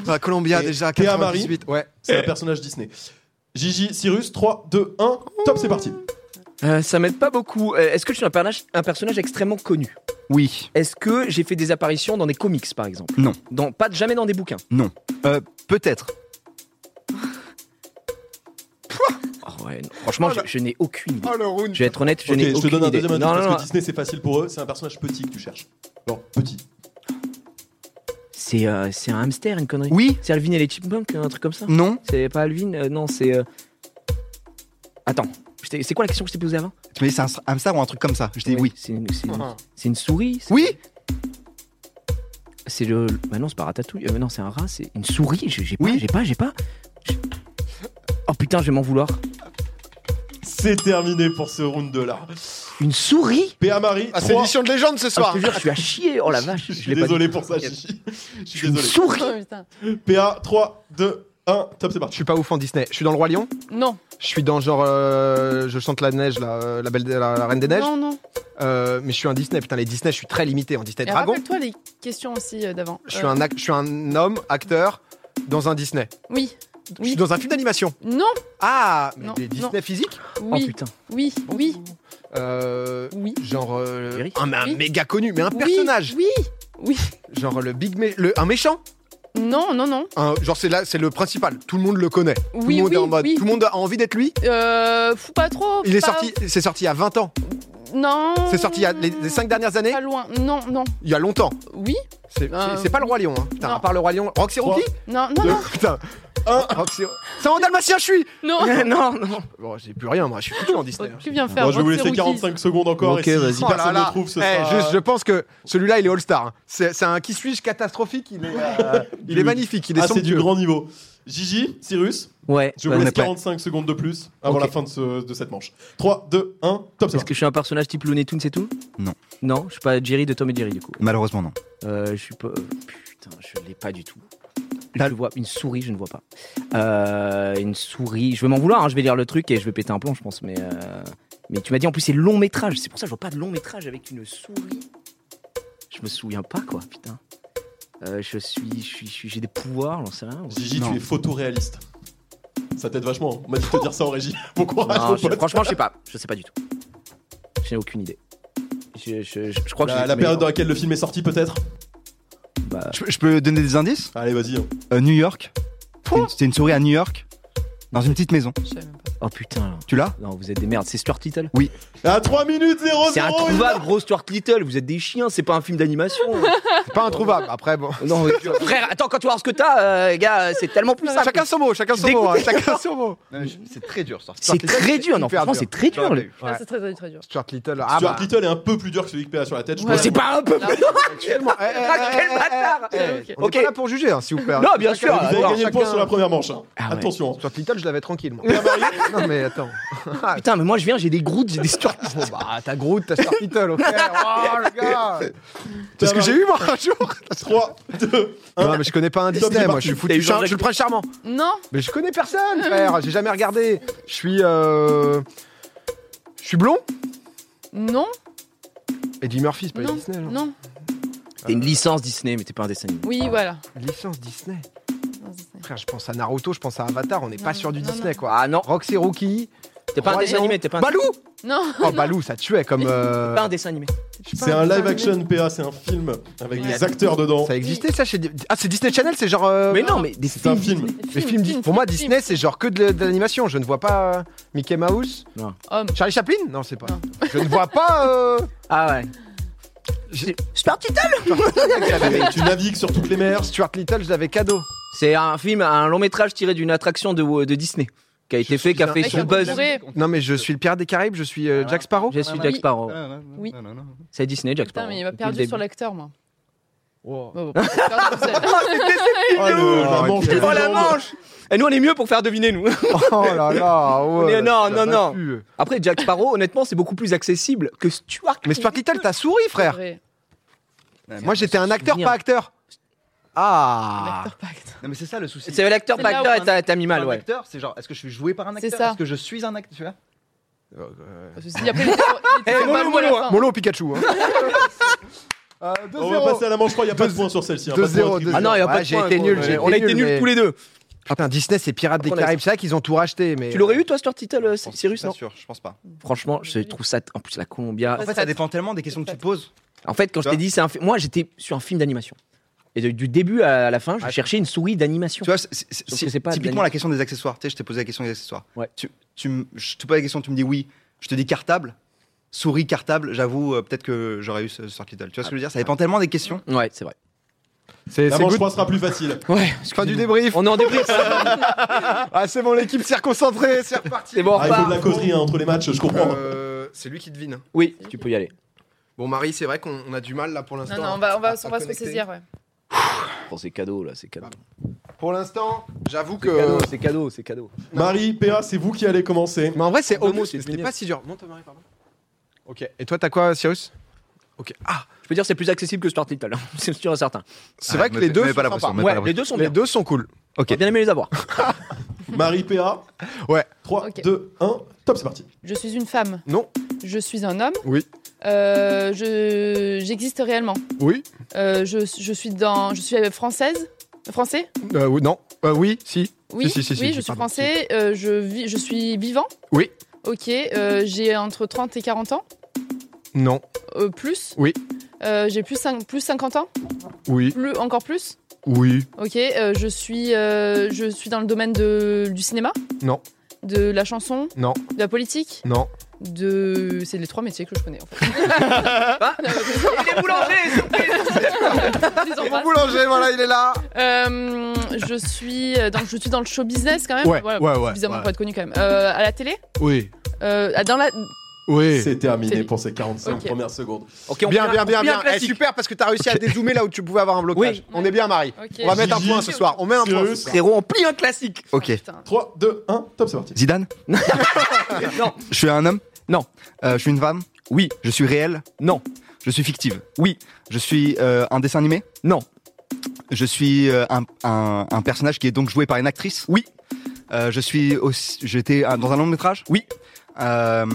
B: Ah, Columbia,
A: Et-
B: déjà,
A: Théa Marie.
B: 98. Ouais.
A: C'est un personnage Disney. Gigi, Cyrus, 3, 2, 1, top, c'est parti.
E: Euh, ça m'aide pas beaucoup. Euh, Est-ce que je suis un personnage, un personnage extrêmement connu
D: Oui.
E: Est-ce que j'ai fait des apparitions dans des comics, par exemple
D: Non.
E: Dans, pas jamais dans des bouquins.
D: Euh, Peut-être.
E: Oh ouais, non. Franchement, je, je n'ai aucune idée.
B: Oh le round
E: Je vais être honnête, je
A: Ah, Ok,
E: n'ai
A: je te
E: aucune
A: donne un
E: idée.
A: deuxième indice
E: non,
A: parce
E: non, non.
A: que Disney c'est facile pour eux, c'est un personnage petit que tu cherches. Genre petit.
E: C'est euh, c'est un hamster, une connerie.
D: Oui.
E: C'est Alvin et les Chipmunks, un truc comme ça.
D: Non.
E: C'est pas Alvin, euh, non, c'est. euh, Attends, je t'ai- c'est quoi la question que je t'ai posée avant
D: Tu m'as dit c'est un s- hamster ou un truc comme ça. Je dis oui.
E: C'est une, c'est
A: Ah.
E: une- c'est une souris c'est-
D: Oui
E: C'est le. Bah non, c'est pas ratatouille. Euh, non, c'est un rat, c'est une souris. J'ai j'ai pas,
D: Oui.
E: j'ai pas, j'ai pas. J'ai- Oh putain, je vais m'en vouloir.
A: C'est terminé pour ce round de là.
E: Une souris
A: PA Marie,
B: Ah, c'est
A: trois.
B: l'édition de légende ce
E: Ah,
B: soir
E: Je te jure, je suis à chier. Oh la vache.
A: Je suis
E: l'ai pas
A: désolé
E: dit.
A: pour ça, Chichi. Je suis
E: Une
A: désolé.
E: souris
C: Oh, putain.
A: PA, 3, 2, 1, top, c'est
B: Je
A: parti.
B: suis pas ouf en Disney. Je suis dans le Roi Lion.
C: Non.
B: Je suis dans genre. euh, je chante la neige, là, euh, la, belle, la, la Reine des Neiges.
C: Non, non.
B: Euh, mais je suis un Disney. Putain, les Disney, je suis très limité en Disney.
C: Et
B: Dragon,
C: Rappelle-toi les questions aussi euh, d'avant.
B: je suis,
C: Euh,
B: un ac- je suis un homme, acteur, dans un Disney.
C: Oui.
B: Je suis
C: Oui.
B: dans un film d'animation.
C: Non.
B: Ah mais
C: Non,
B: Des Disney physiques
E: Oh
C: Oui.
E: putain.
C: Oui. Oui.
B: Euh,
C: Oui.
B: Genre. euh,
E: Eric
B: un, mais un
C: Oui.
B: méga connu, mais un
C: Oui.
B: personnage.
C: Oui.
B: Genre le big. mé- le, un méchant.
C: Non, non, non.
B: Un- genre c'est là, c'est le principal. Tout le monde le connaît. Tout
C: Oui,
B: le monde
C: oui,
B: est en mode.
C: oui.
B: Tout le monde a envie d'être lui.
C: Euh, fous pas trop.
B: Il est
C: pas-
B: sorti. C'est sorti il y a 20 ans.
C: Non.
B: C'est sorti il y a les, les 5 dernières années.
C: Pas loin. Non, non.
B: Il y a longtemps.
C: Oui.
B: C'est
C: Euh,
B: c'est- c'est pas le roi lion, hein. Putain,
C: non.
B: à part le roi lion. Roxy
A: Trois.
B: Rookie
C: Non, non, non.
B: Putain. Roxy. C'est en dalmatien, je suis
C: Non.
E: non, non.
B: Bon, j'ai plus rien, moi, je suis foutu en Disney. hein.
C: Tu viens faire.
A: Bon, je vais vous laisser
C: Roxy Rookie.
A: 45 secondes encore.
E: Ok,
A: et si,
E: vas-y.
A: si
B: Oh là
A: personne
B: là.
A: ne trouve, ce
B: Eh,
A: sera...
B: je, je pense que celui-là, il est all-star. hein. C'est c'est un qui suis-je catastrophique. Il est, euh, il est magnifique, il est
A: Ah, c'est Ah, du
B: somptueux.
A: grand niveau. Gigi, Cyrus,
E: Ouais.
A: je
E: bah,
A: vous
E: on
A: laisse
E: est prêt.
A: 45 secondes de plus avant
E: Ok.
A: la fin de, ce- de cette manche. 3, 2, 1, top, c'est
E: Est-ce
A: parti.
E: que je suis un personnage type Looney Tunes et tout
D: Non.
E: Non, je suis pas Jerry de Tom et Jerry du coup.
D: Malheureusement, non.
E: Euh, je suis pas. euh, Putain, je l'ai pas du tout.
D: T'as-
E: Je le vois une souris, je ne vois pas. Euh, une souris. Je vais m'en vouloir, hein, je vais lire le truc et je vais péter un plomb, je pense. Mais, euh, mais tu m'as dit en plus c'est long métrage. C'est pour ça que je vois pas de long métrage avec une souris. Je me souviens pas quoi, putain. Euh, je suis, je suis, je suis- j'ai des pouvoirs, j'en sais rien.
A: Gigi,
D: Non.
A: tu es photoréaliste. Ça t'aide vachement. hein. On m'a dit de te dire ça en régie. Bon courage,
E: Non,
A: mon
E: je-
A: pote.
E: franchement, je sais pas. Je sais pas du tout. J'ai aucune idée. Je, je- je- je crois que
A: La,
E: j'ai-
A: la
E: mais-
A: période dans laquelle le film est sorti, peut-être
E: bah,
D: Je, peux- je peux donner des indices
A: Allez, vas-y. hein.
D: Euh, New York. C'était une- C'était une souris à New York. Dans une petite maison.
C: Je savais même pas.
E: Oh putain.
D: Tu l'as
E: Non, vous êtes des merdes. C'est Stuart Little.
A: À 3 Ah, minutes 0
E: C'est introuvable, gros Stuart Little. Vous êtes des chiens. C'est pas un film d'animation.
B: C'est pas introuvable. Après, bon.
E: non, mais- frère. Attends, quand tu vois ce que t'as, euh, les gars, euh, c'est tellement plus simple.
B: Chacun son mot, chacun son
E: Dégoûté.
B: mot. hein, chacun son mot.
E: Ah,
D: C'est très dur, ça.
E: C'est très dur. Non, franchement, c'est très dur. le-
C: Ah, C'est très, très, très dur.
B: Stuart Little. Ah,
A: Stuart
B: bah.
A: Little est un peu plus dur que celui que PA sur la tête. je
C: Ouais.
E: C'est
A: trouve.
E: pas un peu.
B: Actuellement. Eh, eh,
E: Ah,
B: eh,
E: quel
B: eh,
E: bâtard.
B: eh, eh,
C: Ok.
B: On est
E: Ok.
B: pas là pour juger, hein, s'il vous plaît.
E: Non, bien sûr.
A: Vous avez
E: Alors,
A: gagné le point
B: chacun-
A: sur la première manche. hein.
E: Ah ouais.
A: Attention.
B: Stuart Little, je l'avais tranquille. moi. non, mais attends.
E: Putain, mais moi je viens, j'ai des groutes, j'ai des Stuart.
B: Bon, bah, t'as Groot, t'as Star Little, ok. Oh, le gars C'est ce que
A: Bernard-
B: j'ai eu, moi, un jour
A: 3, 2, 1.
B: Non, mais je connais pas un Disney, moi, je suis foutu.
E: T'as eu
B: Je suis un-
E: Jean-Jacques-
B: je suis le prince charmant.
C: Non.
B: Mais je connais personne, frère J'ai jamais regardé. Je suis. euh, Je suis blond
C: Non.
B: Eddie Murphy, c'est pas
C: Non.
B: Disney, hein. genre.
C: Non.
E: T'es une licence Disney, mais t'es pas un dessin animé.
C: Oui, voilà.
B: Licence Disney.
C: Non, c'est-
B: Frère, je pense à Naruto, je pense à Avatar, on n'est
C: Non,
B: pas sur du
C: non,
B: Disney,
C: non.
B: quoi.
E: Ah non,
B: Roxy Rookie.
E: t'es pas un
B: Roi
E: dessin
B: Lion.
E: animé, t'es pas un-
B: Balou
C: Non.
B: Oh, Balou, ça tuait comme. euh,
E: pas un dessin animé.
A: C'est un live action PA, c'est un film avec
C: Ouais.
A: des acteurs dedans.
B: Ça existait, ça, chez. Ah, c'est Disney Channel, c'est genre. euh,
E: Mais non, mais des
A: C'est un
E: films.
A: film.
B: Les films, Dis- pour moi,
C: film,
B: Disney, c'est genre que de, de l'animation. Je ne vois pas euh, Mickey Mouse.
C: Homme.
B: Charlie Chaplin Non, c'est pas.
C: Non.
B: Je ne vois pas. euh,
E: Ah ouais.
B: J'ai-
E: Stuart Little
A: Et tu navigues sur toutes les mers.
B: Stuart Little, je l'avais cadeau.
E: C'est un film, un long métrage tiré d'une attraction de, de Disney qui a été fait, qui a fait
C: mec
E: son buzz.
C: bourré.
B: Non, mais je suis le pirate des Caraïbes, je suis euh,
D: Ah.
B: Jack Sparrow.
E: Je suis
C: Oui.
E: Jack Sparrow.
C: Oui.
E: C'est Disney, Jack Sparrow.
C: Putain, mais il m'a
E: Depuis le
C: perdu
E: début.
C: sur l'acteur, moi.
B: Wow.
C: Bon, bon, je vais faire tout seul.
A: Ah, le- la
B: Oh,
A: manche
B: ok.
A: de
E: Oh la
A: légende.
E: manche Et nous on est mieux pour faire deviner nous.
B: Oh là là, ouais,
E: Mais non,
B: ça m'a
E: non, non.
B: pu.
E: Après Jack Sparrow honnêtement c'est beaucoup plus accessible que Stuart.
B: Mais Stuart Little, t'as souri, frère.
C: Vrai.
B: Moi, j'étais un acteur,
E: souvenir.
B: pas acteur. Ah
C: L'acteur, pas acteur.
D: Non, mais c'est ça le souci.
E: C'est l'acteur
C: C'est
E: pas
C: là
E: acteur
C: où hein.
E: et t'as- t'as mis mal
D: un
E: ouais.
D: acteur, c'est genre, est-ce que je suis joué par un
C: C'est
D: acteur
C: ça.
D: Est-ce que je suis un acteur tu vois
C: Parce que si, après, il était- il
E: Eh,
C: était pas
E: mollo,
C: bon à la
E: mollo,
C: fin.
B: Molo au Pikachu. Hein. Euh, 2-0.
A: On va passer à la manche 3, il n'y a pas de
B: Deux-
A: point sur celle-ci. hein, pas de
B: 2-0.
A: point attribué.
E: Ah non, il y a pas de
B: J'ai
E: point,
B: été
E: gros.
B: nul. j'ai
E: On a été nuls
B: mais-
E: tous les deux.
B: Ah, Putain, Disney, c'est Pirates des
E: Après, on a-
B: Caraïbes. C'est vrai qu'ils ont tout racheté. Mais...
E: Tu l'aurais eu toi Stuart Little euh, Cyrus non
D: sûr, je pense pas.
E: Franchement je trouve ça en plus la Columbia.
D: En fait, ça dépend tellement des questions que tu poses.
E: En fait, quand je
D: Tu
E: t'ai
D: vois
E: dit, c'est un fi- moi j'étais sur un film d'animation. Et de- du début à la fin, je
D: Ah.
E: cherchais une souris d'animation.
D: Tu vois, c'est- c'est-
E: Sauf
D: c'est-
E: que c'est pas
D: typiquement
E: Daniel.
D: la question des accessoires. Tu sais, je t'ai posé la question des accessoires.
E: Ouais.
D: Tu, tu me- je te pose la question, tu me dis oui. Je te dis cartable, souris cartable. J'avoue, euh, peut-être que j'aurais eu ce sort Little. Tu vois ce que je veux dire Ça dépend tellement des questions.
E: Ouais, c'est vrai.
B: C'est
A: La
B: c'est
A: manche
B: good.
A: 3 sera plus facile.
E: Ouais,
B: Fin du débrief.
E: On est en débrief.
B: Ah, c'est bon, l'équipe s'est reconcentrée, c'est reparti.
E: C'est bon, on
A: Ah, il faut
E: repart.
A: de la causerie hein, entre les matchs, je comprends.
B: Euh, c'est lui qui devine.
E: Oui, tu peux y aller.
B: Bon, Marie, c'est vrai qu'on on a du mal là pour l'instant.
C: Non, non,
B: à-
C: on va, on va,
B: à-
C: on
B: à
C: va se
B: connecter.
C: ressaisir, ouais.
E: Bon, c'est cadeau là, c'est cadeau.
B: Pour l'instant, j'avoue
E: C'est cadeau,
B: que.
E: c'est cadeau, c'est cadeau.
A: Marie, PA, c'est vous qui allez commencer.
B: Mais en vrai, c'est
E: Non,
B: homo,
E: mais c'est
B: c'était
E: mignon.
B: pas si dur. Monte, Marie, pardon. Ok. Et toi, t'as quoi, Cyrus Ok. Ah,
E: Je peux dire, c'est plus accessible que Star Title, c'est sûr et certain.
B: c'est
D: Ah,
B: vrai que
D: me
B: les
D: fais-
B: deux
D: mets
B: sont
D: pas la
B: sympas.
D: pression, mets
E: Ouais,
D: pas la
E: les deux sont
B: Les
E: bien.
B: deux sont cool.
E: J'ai bien aimé les avoir.
A: Marie, PA.
B: Ouais.
A: 3,
C: Ok.
A: 2, 1, top, c'est parti.
C: Je suis une femme.
B: Non.
C: Je suis un homme.
B: Oui.
C: Euh, je, j'existe réellement.
B: Oui.
C: Euh, je, je suis dans, je suis française. Français
B: Euh, oui, non. Euh, oui, si.
C: Oui.
B: Si, si, si,
C: oui,
B: si,
C: je suis
B: pardon,
C: français. Euh, je vis, je suis vivant.
B: Oui.
C: Ok. euh, j'ai entre 30 et 40 ans.
B: Non.
C: Euh, plus.
B: Oui.
C: Euh, j'ai plus, cinq- plus 50 ans.
B: Oui.
C: Plus encore plus.
B: Oui.
C: Ok. euh, je suis, euh, je suis dans le domaine de, du cinéma.
B: Non.
C: De la chanson.
B: Non.
C: De la politique.
B: Non.
C: De, c'est les trois métiers que je connais. En fait.
E: les boulangers
C: Je les embrasse.
B: boulanger, voilà, il est là.
C: Euh, je suis euh, donc je suis dans le show business quand même.
B: Ouais,
C: Voilà,
B: ouais, ouais,
C: Suffisamment
B: ouais.
C: pour être connu quand même. Euh, à la télé,
B: Oui.
C: Euh, ah, dans la.
B: Oui.
A: C'est terminé
C: c'est-
A: pour ces 45
C: Ok.
A: premières secondes.
E: Ok, on
B: bien,
E: fait un-
B: bien,
E: on
B: bien,
E: fait
B: bien.
E: un
B: Eh,
E: classique.
B: super, parce que t'as réussi à dézoomer là où tu pouvais avoir un blocage.
E: Oui.
B: On est bien, Marie.
C: Ok.
B: On va mettre un
A: Gigi.
B: point ce soir. On met un point. ce
A: Cyrus.
B: soir.
E: Frérot, on plie un classique.
D: Ok.
C: Ah, Putain.
A: 3, 2, 1, top, c'est parti.
D: Zidane
E: Non,
D: Je suis un homme
E: Non.
D: Euh, je suis une femme
E: Oui.
D: Je suis réel
E: non,
D: Je suis fictive
E: Oui.
D: Je suis euh, un dessin animé
E: non.
D: Je suis euh, un, un- un personnage qui est donc joué par une actrice
E: Oui.
D: Euh, je suis aussi. J'étais euh, dans un long métrage
E: Oui.
D: Euh,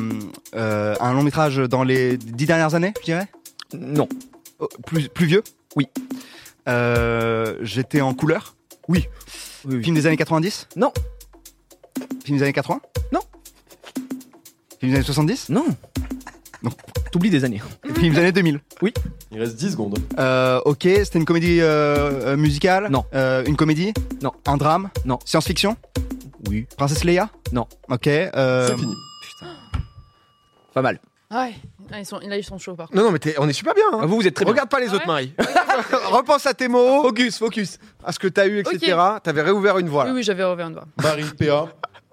D: euh, un long métrage dans les dix dernières années, je dirais
E: Non.
D: Oh, plus, plus vieux
E: Oui.
D: Euh, J'étais en couleur
E: Oui, oui.
D: Film des années 90
E: Non.
D: Film des années 80
E: Non.
D: Film des années 70
E: Non.
D: Non.
E: T'oublies des années.
D: Film des années 2000
A: Il reste 10 secondes.
D: Euh, ok, c'était une comédie euh, euh, musicale
E: Non.
D: Euh, une comédie
E: Non.
D: Un drame
E: Non.
D: Science-fiction
E: Oui.
D: Princesse Leia
E: Non.
D: Ok. euh,
A: C'est fini.
E: Pas mal.
C: Ah ouais. Ah, ils sont, là ils sont chauds par contre.
B: Non, non, mais t'es- on est super bien. hein.
E: Ah, Vous, vous êtes très bien.
B: Regarde pas les
C: Ah
B: autres,
C: ouais
B: Marie. Repense à tes mots,
E: Focus, focus.
B: à ce que t'as eu, etc. T'avais réouvert une voie. là.
C: Oui oui j'avais revu un doigt.
A: Marie, PA.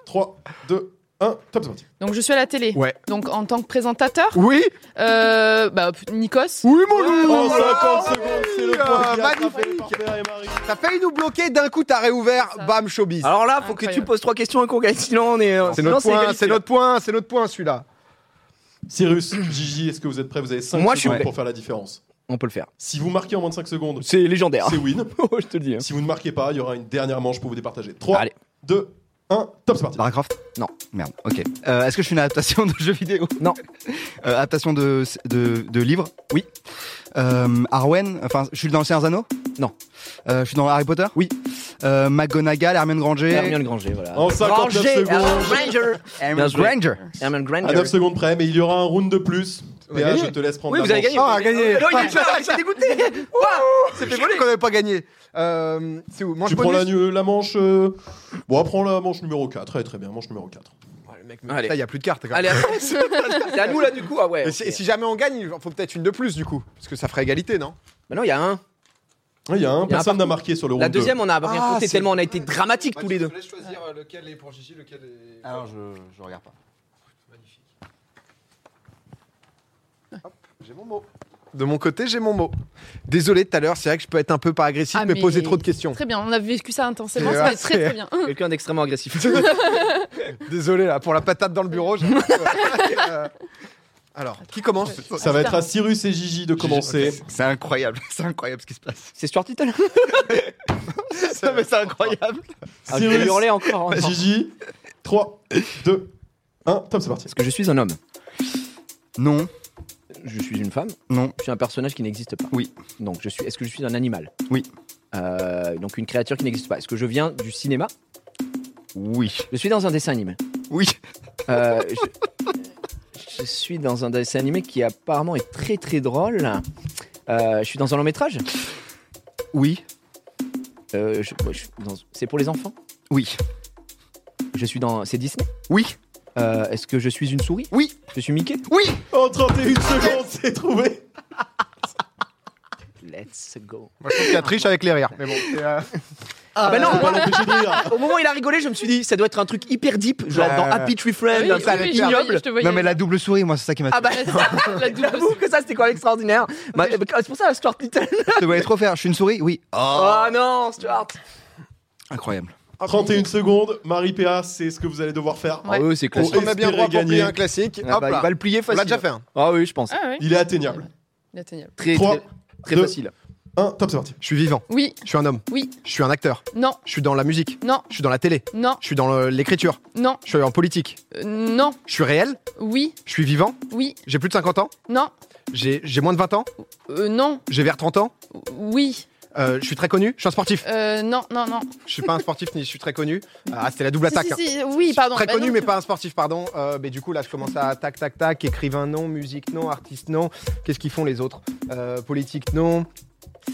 A: 3, 2, 1, top, c'est parti.
C: Donc je suis à la télé.
B: Ouais.
C: Donc en tant que présentateur,
B: Oui,
C: euh, bah p- Nikos.
B: oui, Oh, mon loup
A: En
B: Voilà.
A: 50 secondes, c'est le point qui est attrapé
B: Magnifique.
A: par PA et Marie.
B: T'as failli nous bloquer, d'un coup t'as réouvert,
C: C'est ça.
B: bam, showbiz.
E: Alors là, faut que
C: Incroyable.
E: tu poses trois questions et qu'on gagne. Sinon, on est. euh,
B: Ah, c'est
E: sinon,
B: notre, point,
E: égalité,
B: c'est
E: là.
B: notre point, c'est notre point celui-là.
A: Cyrus, Gigi, est-ce que vous êtes prêts Vous avez 5
E: Moi, je suis
A: secondes
E: prêt.
A: pour faire la différence.
E: On peut le faire.
A: Si vous marquez en moins de 5 secondes,
E: C'est légendaire.
A: c'est win.
E: Oh, je te le dis. hein.
A: Si vous ne marquez pas, il y aura une dernière manche pour vous départager. 3,
E: Allez.
A: 2, 1, top, c'est parti.
D: Lara Croft
E: Non.
D: Merde, ok. Euh, Est-ce que je suis une adaptation de jeu vidéo
E: Non.
D: Euh, adaptation de, de, de livre Oui. Euh, Arwen Enfin, je suis dans Le Seigneur des Anneaux
E: Non.
D: Euh, je suis dans Harry Potter
E: Oui.
D: Euh, McGonagall, Hermione Granger
E: Hermione Granger, voilà.
A: En 59
E: Granger,
A: secondes.
E: Hermione Granger. Bien
D: Hermione
E: joué.
D: Granger
E: Hermione
A: À
E: Granger.
A: 9 secondes près, mais il y aura un round de plus.
B: On a
A: PA,
B: gagné.
A: je te laisse prendre
E: Oui,
A: la
E: vous avez
A: manche.
E: gagné.
B: Ah, gagné.
E: Non, il est déjà- il s'est dégoûté. Ouah, il s'est fait
B: C'est
E: voler.
B: qu'on n'avait pas gagné. Euh, c'est où Manche
A: Tu prends la,
B: bonus
A: nu- la manche. euh, Bon, prends la manche numéro 4. Très très bien, manche numéro 4.
B: Oh, le mec,
E: Allez.
B: il y a plus de cartes. quand même.
E: Allez, attends. c'est à nous là du coup. Ah ouais.
B: Et
E: ok.
B: si, et si jamais on gagne, il faut peut-être une de plus du coup, parce que ça ferait égalité, non
E: Bah non, il y a un.
A: Il y a un,
E: Il y a un
A: personne n'a marqué sur le round
E: La deuxième, on a rien
B: Ah,
E: compté
B: c'est-
E: tellement on a été dramatiques tous les deux.
B: laisse choisir euh, lequel est pour Gigi, lequel est.
D: Alors, je, je regarde pas.
B: J'ai mon mot. De mon côté, j'ai mon mot. Désolé tout à l'heure, c'est vrai que je peux être un peu pas agressif,
C: Ah,
B: mais,
C: mais-
B: poser trop de questions.
C: Très bien, on a vécu ça intensément,
B: C'est
C: ça va être
B: assez-
C: très très bien.
E: Quelqu'un d'extrêmement agressif.
B: Désolé là pour la patate dans le bureau. j'ai- Euh, Alors, qui commence
A: deux. Ça va être à Cyrus et Gigi de commencer.
D: C'est incroyable, c'est incroyable ce qui se passe.
E: C'est Stuart Little.
D: Non, mais c'est incroyable.
E: Ah, je vais
A: Cyrus,
E: hurler encore. hein.
A: Gigi, 3, 2, 1, top, c'est parti.
E: Parce que je suis un homme.
D: Non,
E: Je suis une femme.
D: non,
E: Je suis un personnage qui n'existe pas.
D: Oui.
E: Donc je suis. Est-ce que je suis un animal
D: Oui.
E: Euh, donc une créature qui n'existe pas. Est-ce que je viens du cinéma
D: oui,
E: Je suis dans un dessin animé.
D: oui.
E: Euh, je... je suis dans un dessin animé qui apparemment est très très drôle. Euh, je suis dans un long métrage
D: Oui.
E: Euh, je- ouais, je suis dans- C'est pour les enfants
D: Oui.
E: Je suis dans. C'est Disney
D: Oui.
E: Euh, Est-ce que je suis une souris
D: Oui.
E: Je suis Mickey
D: Oui.
A: En 31 secondes, c'est trouvé.
E: Let's go.
B: Moi, je trouve qu'il y a triche avec les rires. Mais bon, c'est, euh,
E: Ah, bah non,
C: Euh,
A: On va
E: moi,
A: l'empêcher de rire.
E: au moment où il a rigolé, je me suis dit, ça doit être un truc hyper deep, genre
D: Ouais.
E: dans Happy Tree Friends,
C: Ah oui,
E: un truc
C: oui, oui, je
E: ignoble.
C: voyais, je te voyais.
D: Non, mais la double souris, moi, c'est ça qui m'a.
E: Ah bah,
C: La double
E: j'avoue que ça, c'était quand même extraordinaire. Bah, euh, C'est pour ça, Stuart Little.
D: Je te voyais trop faire. Je suis une souris Oui.
E: Oh non, Stuart.
D: Incroyable.
A: 31 secondes, Marie PA, c'est ce que vous allez devoir faire.
C: Ouais.
E: Ah oui, c'est
A: classique.
E: classique.
B: on
E: bah,
B: a bien le droit
A: espérer
B: pour plier
A: gagner.
B: un classique. Hop là.
E: Ah il va le plier
B: On
E: facile.
B: l'a déjà fait. hein. un.
E: Ah oui, je pense.
C: Ah oui.
A: Il est atteignable.
C: Inatteignable.
E: Très,
A: Trois,
E: très, très
A: deux.
E: facile.
A: 1, top, c'est parti.
B: Je suis vivant.
C: Oui,
B: Je suis un homme.
C: oui,
B: Je suis un acteur.
C: non,
B: Je suis dans la musique.
C: non,
B: Je suis dans la télé.
C: non,
B: Je suis dans le- l'écriture.
C: non,
B: Je suis en politique.
C: euh, non,
B: Je suis réel.
C: oui,
B: Je suis vivant.
C: oui,
B: J'ai plus de 50 ans.
C: non,
B: J'ai j'ai moins de 20 ans.
C: euh, non,
B: J'ai vers 30 ans.
C: oui,
B: Euh, je suis très connu. Je suis un sportif.
C: euh, non, non, non.
B: Je suis pas un sportif ni je suis très connu. Ah, c'était la double attaque.
C: Si,
B: hein.
C: si, si, oui, pardon.
B: Très
C: Bah
B: connu,
C: non,
B: mais
C: tu-
B: pas un sportif, pardon. Euh, mais du coup, là, je commence à tac, tac, tac. Écrivain, non. Musique, non. Artiste, non. Qu'est-ce qu'ils font les autres Euh, Politique, non.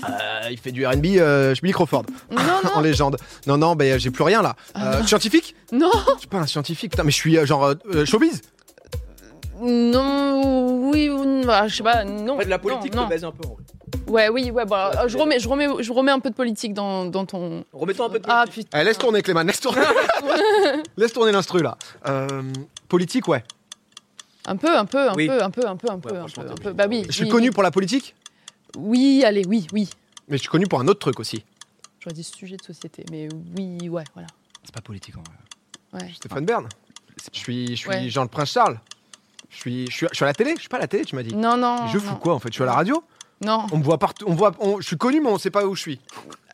B: Euh, il fait du RB. euh, je suis Billy Crawford
C: Ah Non, Ah
B: en
C: non,
B: légende. Non, non, bah, j'ai plus rien là. Euh, scientifique
C: non,
B: Je suis pas un scientifique, putain, mais je suis euh, genre euh, euh, showbiz.
C: non, oui, ou- bah, je sais pas, non.
E: En fait, la politique
C: non,
E: te
C: non.
E: baise un peu. en vrai.
C: Ouais, oui, ouais, bon, alors,
E: Ouais,
C: je, remets, je, remets, je remets un peu de politique dans, dans ton.
E: Remettons un peu de
C: Ah
E: politique.
C: putain.
B: Allez, Eh, laisse tourner, Clément, laisse tourner. laisse tourner l'instru là. Euh, politique, ouais.
C: Un peu, un peu, un
E: Oui.
C: peu, un peu, un peu, un peu, un
E: franchement,
C: peu, un
E: t'es
C: peu.
E: obligé.
C: Bah oui.
B: Je suis
C: oui,
B: connu
C: oui.
B: pour la politique,
C: Oui, allez, oui, oui.
B: mais je suis connu pour un autre truc aussi.
C: J'aurais dit sujet de société, mais oui, ouais, voilà.
D: C'est pas politique en vrai.
C: Ouais.
B: Stéphane Bern. Je suis, je suis
C: Ah. Ouais.
B: Jean le Prince Charles. Je suis, je suis, je suis à la télé. Je suis pas à la télé, tu m'as dit.
C: Non, non.
B: je fous
C: Oh non.
B: quoi en fait Je suis à la radio.
C: Non.
B: On me voit partout. On me voit. on- je suis connu, mais on sait pas où je suis.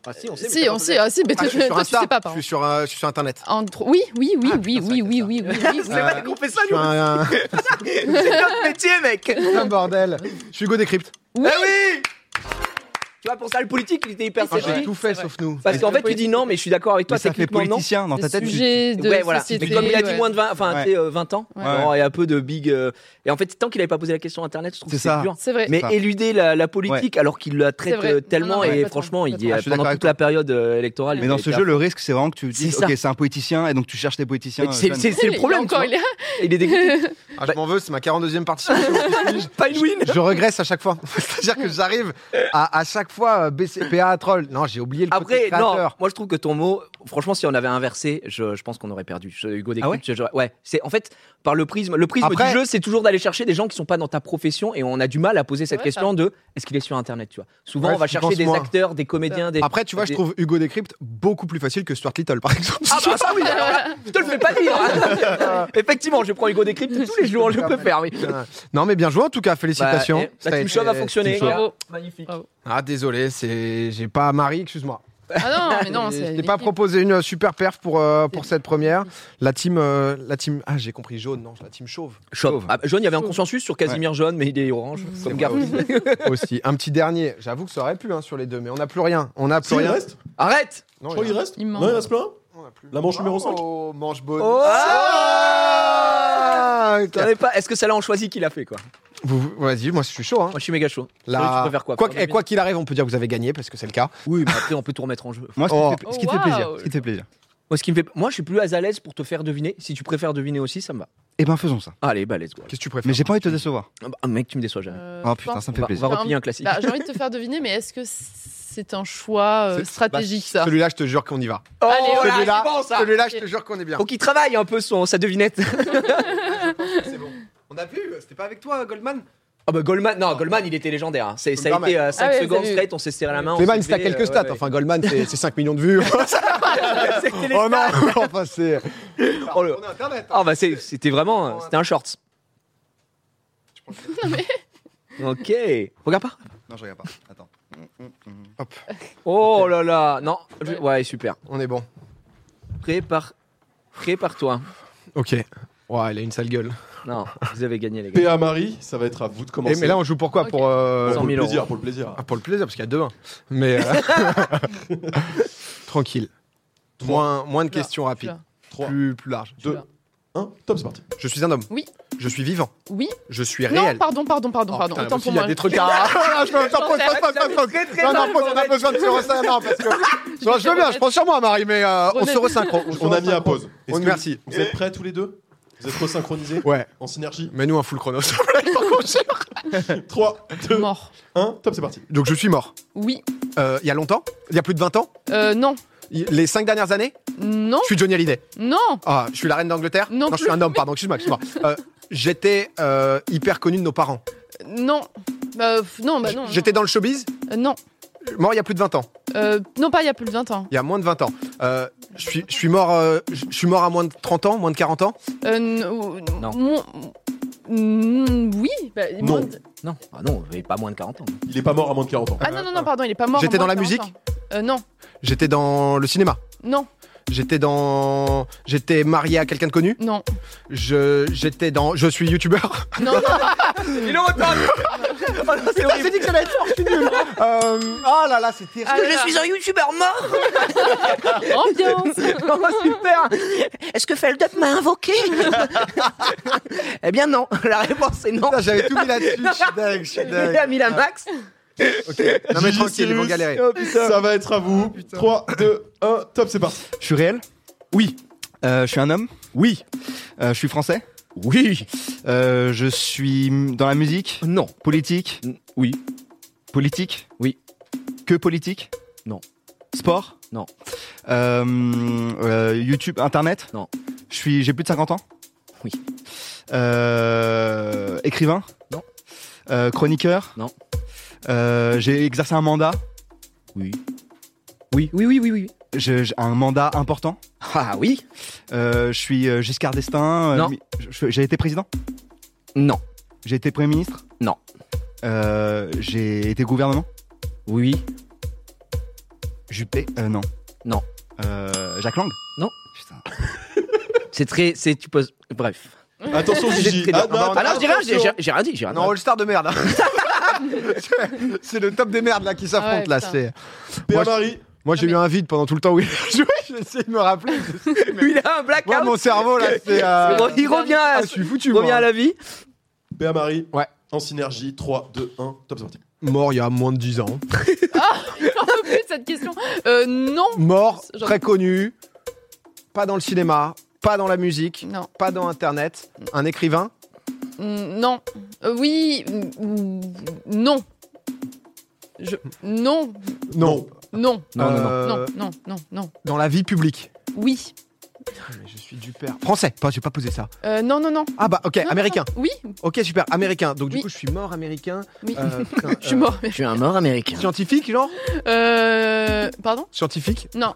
E: Ah si, on sait. mais
C: Si,
E: t'as
C: on
E: pas
C: sait, ah, si, mais
B: Ah,
C: toi,
B: je suis
C: tu-
B: sur
C: toi, tu
B: Insta.
C: sais pas,
B: je
C: pardon.
B: suis sur, euh, je suis sur Internet.
C: En trop- Oui, oui, oui,
B: Ah,
C: oui,
B: putain,
C: oui,
B: c'est vrai
C: oui,
B: que
C: oui, oui, oui,
E: C'est vrai qu'on fait ça, Ah.
B: Je suis
E: nous.
B: un,
E: C'est notre métier, mec.
B: un bordel. Je suis Hugo Décrypte.
C: Oui.
E: Ah oui Tu vois, pour ça, le politique, il était hyper
C: Ah,
B: Ah,
E: sceptique.
B: J'ai tout fait
C: c'est Bah,
B: sauf nous.
E: Parce
C: Mais
E: qu'en
C: le
E: fait, tu dis non, mais je suis d'accord avec toi,
D: Toi, ça fait
E: techniquement non.
D: politicien dans
C: Des
D: ta tête. tu-
C: sujets de
E: ouais, voilà.
C: société.
E: Mais comme il a dit
C: ouais.
E: moins de 20, enfin,
D: Ouais.
E: tu sais, euh, 20 ans,
C: Ouais.
E: genre, il y a un peu de big. euh, Et en fait, tant qu'il avait pas posé la question Internet, je trouve que
D: C'est
E: c'est
D: ça.
E: dur.
C: C'est vrai.
E: Mais
D: Ça.
E: éluder la, la politique alors qu'il la traite
C: C'est vrai.
E: euh, tellement
C: Non, non, ouais,
E: et
C: pas trop,
E: franchement,
C: pas
E: il
C: trop.
E: y
D: Ah,
E: a,
D: je suis
E: pendant
D: d'accord
E: toute
D: avec
E: la période euh, électorale.
D: Mais
E: il
D: dans
E: était
D: ce
E: à
D: jeu, le risque, c'est vraiment que tu te dis
E: C'est
D: Ok,
E: ça.
D: c'est un politicien et donc tu cherches les politiciens.
E: fond. C'est
D: euh,
E: c'est- c'est le
C: Oui,
E: problème.
C: Encore,
E: tu
C: il est.
E: vois. Il est dégueu.
B: Ah,
C: bah
B: je m'en veux, c'est ma 42e participation.
E: Pas une win.
B: je regresse à chaque fois. C'est-à-dire que j'arrive à, à chaque fois euh, BCPA troll. Non, j'ai oublié le côté
E: Après, non,
B: créateur.
E: moi je trouve que ton mot, franchement, si on avait inversé, je, je pense qu'on aurait perdu. Je- Hugo
D: Ah
E: Décrypte, je- je- ouais, c'est en fait par le prisme, le prisme
B: Après-
E: du jeu, c'est toujours d'aller chercher des gens qui sont pas dans ta profession et on a du mal à poser cette
C: Ouais,
E: question de est-ce qu'il est sur internet, tu vois. Souvent,
B: Ouais,
E: on va
B: je
E: chercher
B: pense
E: des
B: moins. Ah,
E: acteurs, des comédiens, des.
B: Après, tu vois, je
E: des-
B: trouve Hugo Décrypte beaucoup plus facile que Stuart Little, par exemple.
E: Ah bah ça oui, alors là, je te le fais pas dire. Effectivement, je prends Hugo Décrypte tous les jours, je peux faire. Oui.
B: Euh, non, mais bien joué en tout cas, félicitations.
E: Bah, eh,
B: Ça
E: la
B: a
E: team
B: été-
E: Chauve a fonctionné.
B: Team Chauve.
C: Bravo.
E: Magnifique.
B: Ah, désolé, c'est j'ai pas Marie, excuse-moi.
C: Ah non, mais non,
B: Je
C: c'est.
B: t'ai pas proposé une super perf pour, euh, pour cette première. La team, euh, la team, ah j'ai compris jaune, non, la team chauve
E: Chauve. Ah, jaune, il y avait un consensus sur Casimir
D: Casimir
E: Jaune, mais il est orange.
B: Comme
E: Comme
B: Garou. aussi. Un petit dernier, j'avoue que ça aurait pu hein, sur les deux, mais on n'a plus rien, on n'a
A: Si,
B: plus
A: il
B: rien.
A: reste
E: Arrête
A: Je crois qu'il reste
C: Il manque.
A: Non, il reste plein La manche numéro cinq.
B: Oh, manche bonne.
E: Ah
B: Ah,
E: T'en es pas- Est-ce que ça l'a en choisi qu'il a fait quoi
B: Vous- vous- Vas-y, moi je suis chaud. Hein.
E: Moi je suis méga chaud. Salut,
B: La-
E: tu préfères quoi
B: Quoi
E: Faire
B: eh,
E: des
B: quoi qu'il arrive, on peut dire que vous avez gagné parce que c'est le cas.
E: Oui, mais après on peut tout remettre en jeu.
D: Moi, ce qui
B: Oh.
D: me fait- ce qui te fait
C: Oh,
D: plaisir.
C: waouh.
D: Ce qui te fait plaisir.
E: Moi ce qui me fait moi je suis plus à l'aise pour te faire deviner, si tu préfères deviner aussi ça me va.
D: Eh ben, faisons ça.
E: Allez, bah let's go.
B: Qu'est-ce que tu préfères
D: Mais j'ai pas envie de te décevoir.
E: Ah bah, mec, tu me déçois jamais.
C: Euh,
D: Oh putain, ça me
E: On
D: fait
E: va, on
D: plaisir.
E: va replier un classique.
C: Bah, J'ai envie de te faire deviner, mais est-ce que c'est un choix euh,
B: C'est-
C: stratégique
B: bah,
C: ça
B: Celui-là, je te jure qu'on y va.
E: oh,
C: allez,
E: voilà,
B: celui-là,
E: c'est bon, ça.
B: Celui-là, je te jure qu'on est bien.
E: Faut qu'il travaille un peu son sa devinette.
B: C'est bon. On a vu, c'était pas avec toi, Goldman
E: Ah bah Goldman, non, Goldman il était légendaire. hein. C'est-
B: me
E: Ça a été
B: permettre.
E: 5
C: Ah ouais,
E: secondes
C: salut.
E: straight, on s'est serré la main. on
B: Clément,
E: s'est
B: c'était à
E: fait,
B: quelques
E: euh,
B: stats.
E: ouais, ouais.
B: Enfin, Goldman, c'est c'est 5 millions de vues.
E: C'était les
B: oh non,
E: stats.
B: enfin, c'est.
E: Oh, le-
B: Internet. hein.
E: Ah bah c'est- c'était vraiment, euh, c'était un short. Ok, regarde pas.
D: Non, je regarde pas. Attends.
E: Oh là là, non, je- ouais super.
B: On est bon.
E: Prépare, prépare-toi.
B: Ok. Ouais, il a une sale gueule.
E: Non, vous avez gagné les gars.
A: PA Marie, ça va être à vous de
B: Et,
A: commencer.
B: Eh, mais là, on joue pourquoi
C: Ok.
B: Pour. euh,
E: 100
A: pour
E: 000
A: le
E: euros.
A: plaisir, pour le plaisir.
B: ah, pour le plaisir, parce qu'il y a 2-1. Mais. euh, Tranquille. Moins, moins de
C: Plus
B: questions
C: là,
B: rapides.
A: Trois.
B: Plus, plus large.
C: Deux.
A: Deux. 1, top, c'est parti.
B: Je suis un homme.
C: Oui.
B: Je suis vivant.
C: Oui.
B: Je suis
C: Non,
B: réel.
C: pardon, pardon, pardon,
B: Oh,
C: pardon.
B: putain,
C: Autant
B: aussi,
C: pour
B: il y a
C: moi.
B: des trucs à. Ah, je pose, pose, pose, pose, pose, pose. Non, non, pose, on a besoin de se resserrer. Non, parce que. Je vois, je veux bien, je prends sur moi, Marie, mais euh, on se
C: Honnête.
B: resynchro. se
A: On a mis à
B: resynchro.
A: pause. Est-ce
B: On-
A: que
B: Merci.
A: Vous êtes prêts tous les deux Vous êtes resynchronisés
B: Ouais.
A: En synergie
B: Mets-nous un full chrono.
A: 3, 2,
C: Mort.
A: 1, top, c'est parti.
B: Donc je suis mort.
C: Oui.
B: Euh, Il y a longtemps Il y a plus de 20 ans
C: Euh, non.
B: Il- Les 5 dernières années
C: Non.
B: Je suis Johnny Hallyday.
C: Non.
B: Ah, je suis la reine d'Angleterre
C: Non
B: je suis
C: plus.
B: un homme, pardon, excuse-moi, excuse-moi. Euh, J'étais euh, hyper connu de nos parents.
C: Non. Bah, f- non, bah non. non.
B: J'étais dans le showbiz,
C: Euh, non.
B: mort il y a plus de 20 ans.
C: Euh, non, pas il y a plus de 20 ans.
B: Il y a moins de 20 ans. Euh, je suis, je suis mort, euh, je je suis mort à moins de 30 ans, moins de 40 ans.
C: Euh, n- ou- n-
E: Non.
C: mon- mm, oui. bah, il
A: Non.
C: monte-
E: Non, ah non, il avait pas moins de 40 ans.
A: Il est pas mort à moins de 40 ans.
C: Ah non, non, non, pardon, il est pas mort.
B: J'étais
C: en
B: dans la
C: 40 ans.
B: musique
C: Euh, Non.
B: J'étais dans le cinéma.
C: Non.
B: J'étais dans, j'étais marié à quelqu'un de connu.
C: Non.
B: Je, j'étais dans, je suis youtubeur.
E: Ah
C: Non. non,
E: Il est Oh
B: J'ai dit que ça allait être fort, je suis nul. Euh, oh là là, c'est terrible.
C: Ah, là, là.
E: un youtubeur mort
C: Ambiance.
E: Oh, super Est-ce que Feldup m'a invoqué Eh bien non, la réponse est non.
B: Putain, Ah, J'avais tout mis là-dessus. Je suis dingue, je suis dingue.
E: Il a mis la max.
B: Non mais
A: Gigi
B: tranquille, ils vont
A: Cyrus.
B: galérer.
A: Ça va être à vous. 3, 2, 1, top, c'est parti.
D: Je suis réel Oui. Euh, je suis un homme Oui. Euh, je suis français Oui. Euh, je suis dans la musique
E: Non.
D: Politique
E: Mm, oui.
D: Politique
E: Oui.
D: Que politique
E: Non.
D: Sport
E: Non.
D: Euh, euh, YouTube, Internet
E: Non.
D: Je suis, j'ai plus de 50 ans
E: Oui.
D: Euh, écrivain
E: Non.
D: Euh, chroniqueur
E: Non.
D: Euh, j'ai exercé un mandat.
E: Oui. Oui, oui, oui, oui, oui.
D: J'ai j'ai un mandat important.
E: Ah oui
D: Euh, je suis euh, Giscard d'Estaing. euh,
E: Non.
D: mi- je- J'ai été président.
E: Non.
D: J'ai été Premier ministre
E: Non.
D: Euh, J'ai été gouvernement
E: Oui.
D: Juppé euh, Non.
E: Non.
D: Euh, Jacques Lang
E: Non.
D: Putain.
E: C'est très... c'est Tu poses... Bref.
A: Attention, Gigi.
E: J'ai-
A: Ah, non,
B: Ah, bah,
E: Ah non, je dis rien, j'ai-
A: attention.
E: j'ai- j'ai rien dit, j'ai rien
B: Non,
E: dit.
B: All-Star de merde. C'est- c'est le top des merdes là qui s'affrontent là.
C: Ouais, putain.
B: C'est...
A: Père
B: Moi, je-
A: Marie,
B: Moi j'ai
C: Non,
B: eu un vide pendant tout le temps où il a joué. J'essaie de me rappeler.
E: Lui, il a
B: Moi,
E: un blackout.
B: mon cerveau là, c'est. euh,
E: Bon, Il revient à...
B: ah, je suis foutu.
E: il revient
B: Moi.
E: à la vie.
A: Père Marie.
B: Ouais.
A: En synergie, 3, 2, 1, top, c'est parti.
B: Mort il y a moins de 10 ans.
C: J'en peux plus de cette question. Euh, non.
B: Mort,
C: Genre-
B: très connu. Pas dans le cinéma, pas dans la musique,
C: Non.
B: pas dans internet. Un écrivain.
C: Mm, Non. Euh, oui. mm, Non. Je... Non.
A: Non.
C: Non.
E: Non, non, non.
B: Euh,
C: Non, non, non, non.
B: Dans la vie publique.
C: Oui.
B: Mais je suis du père. Français. Pas, j'ai pas posé ça.
C: Euh, non, non, non.
B: Ah bah ok,
C: Non,
B: américain.
C: non, non. Oui,
B: Ok, super, américain. Donc du
C: Oui.
B: coup, je suis mort américain.
C: oui.
B: Euh, putain,
C: Je suis
B: euh,
C: mort.
E: Je suis un mort américain.
B: Scientifique, genre
C: Euh, pardon
B: Scientifique
C: Non.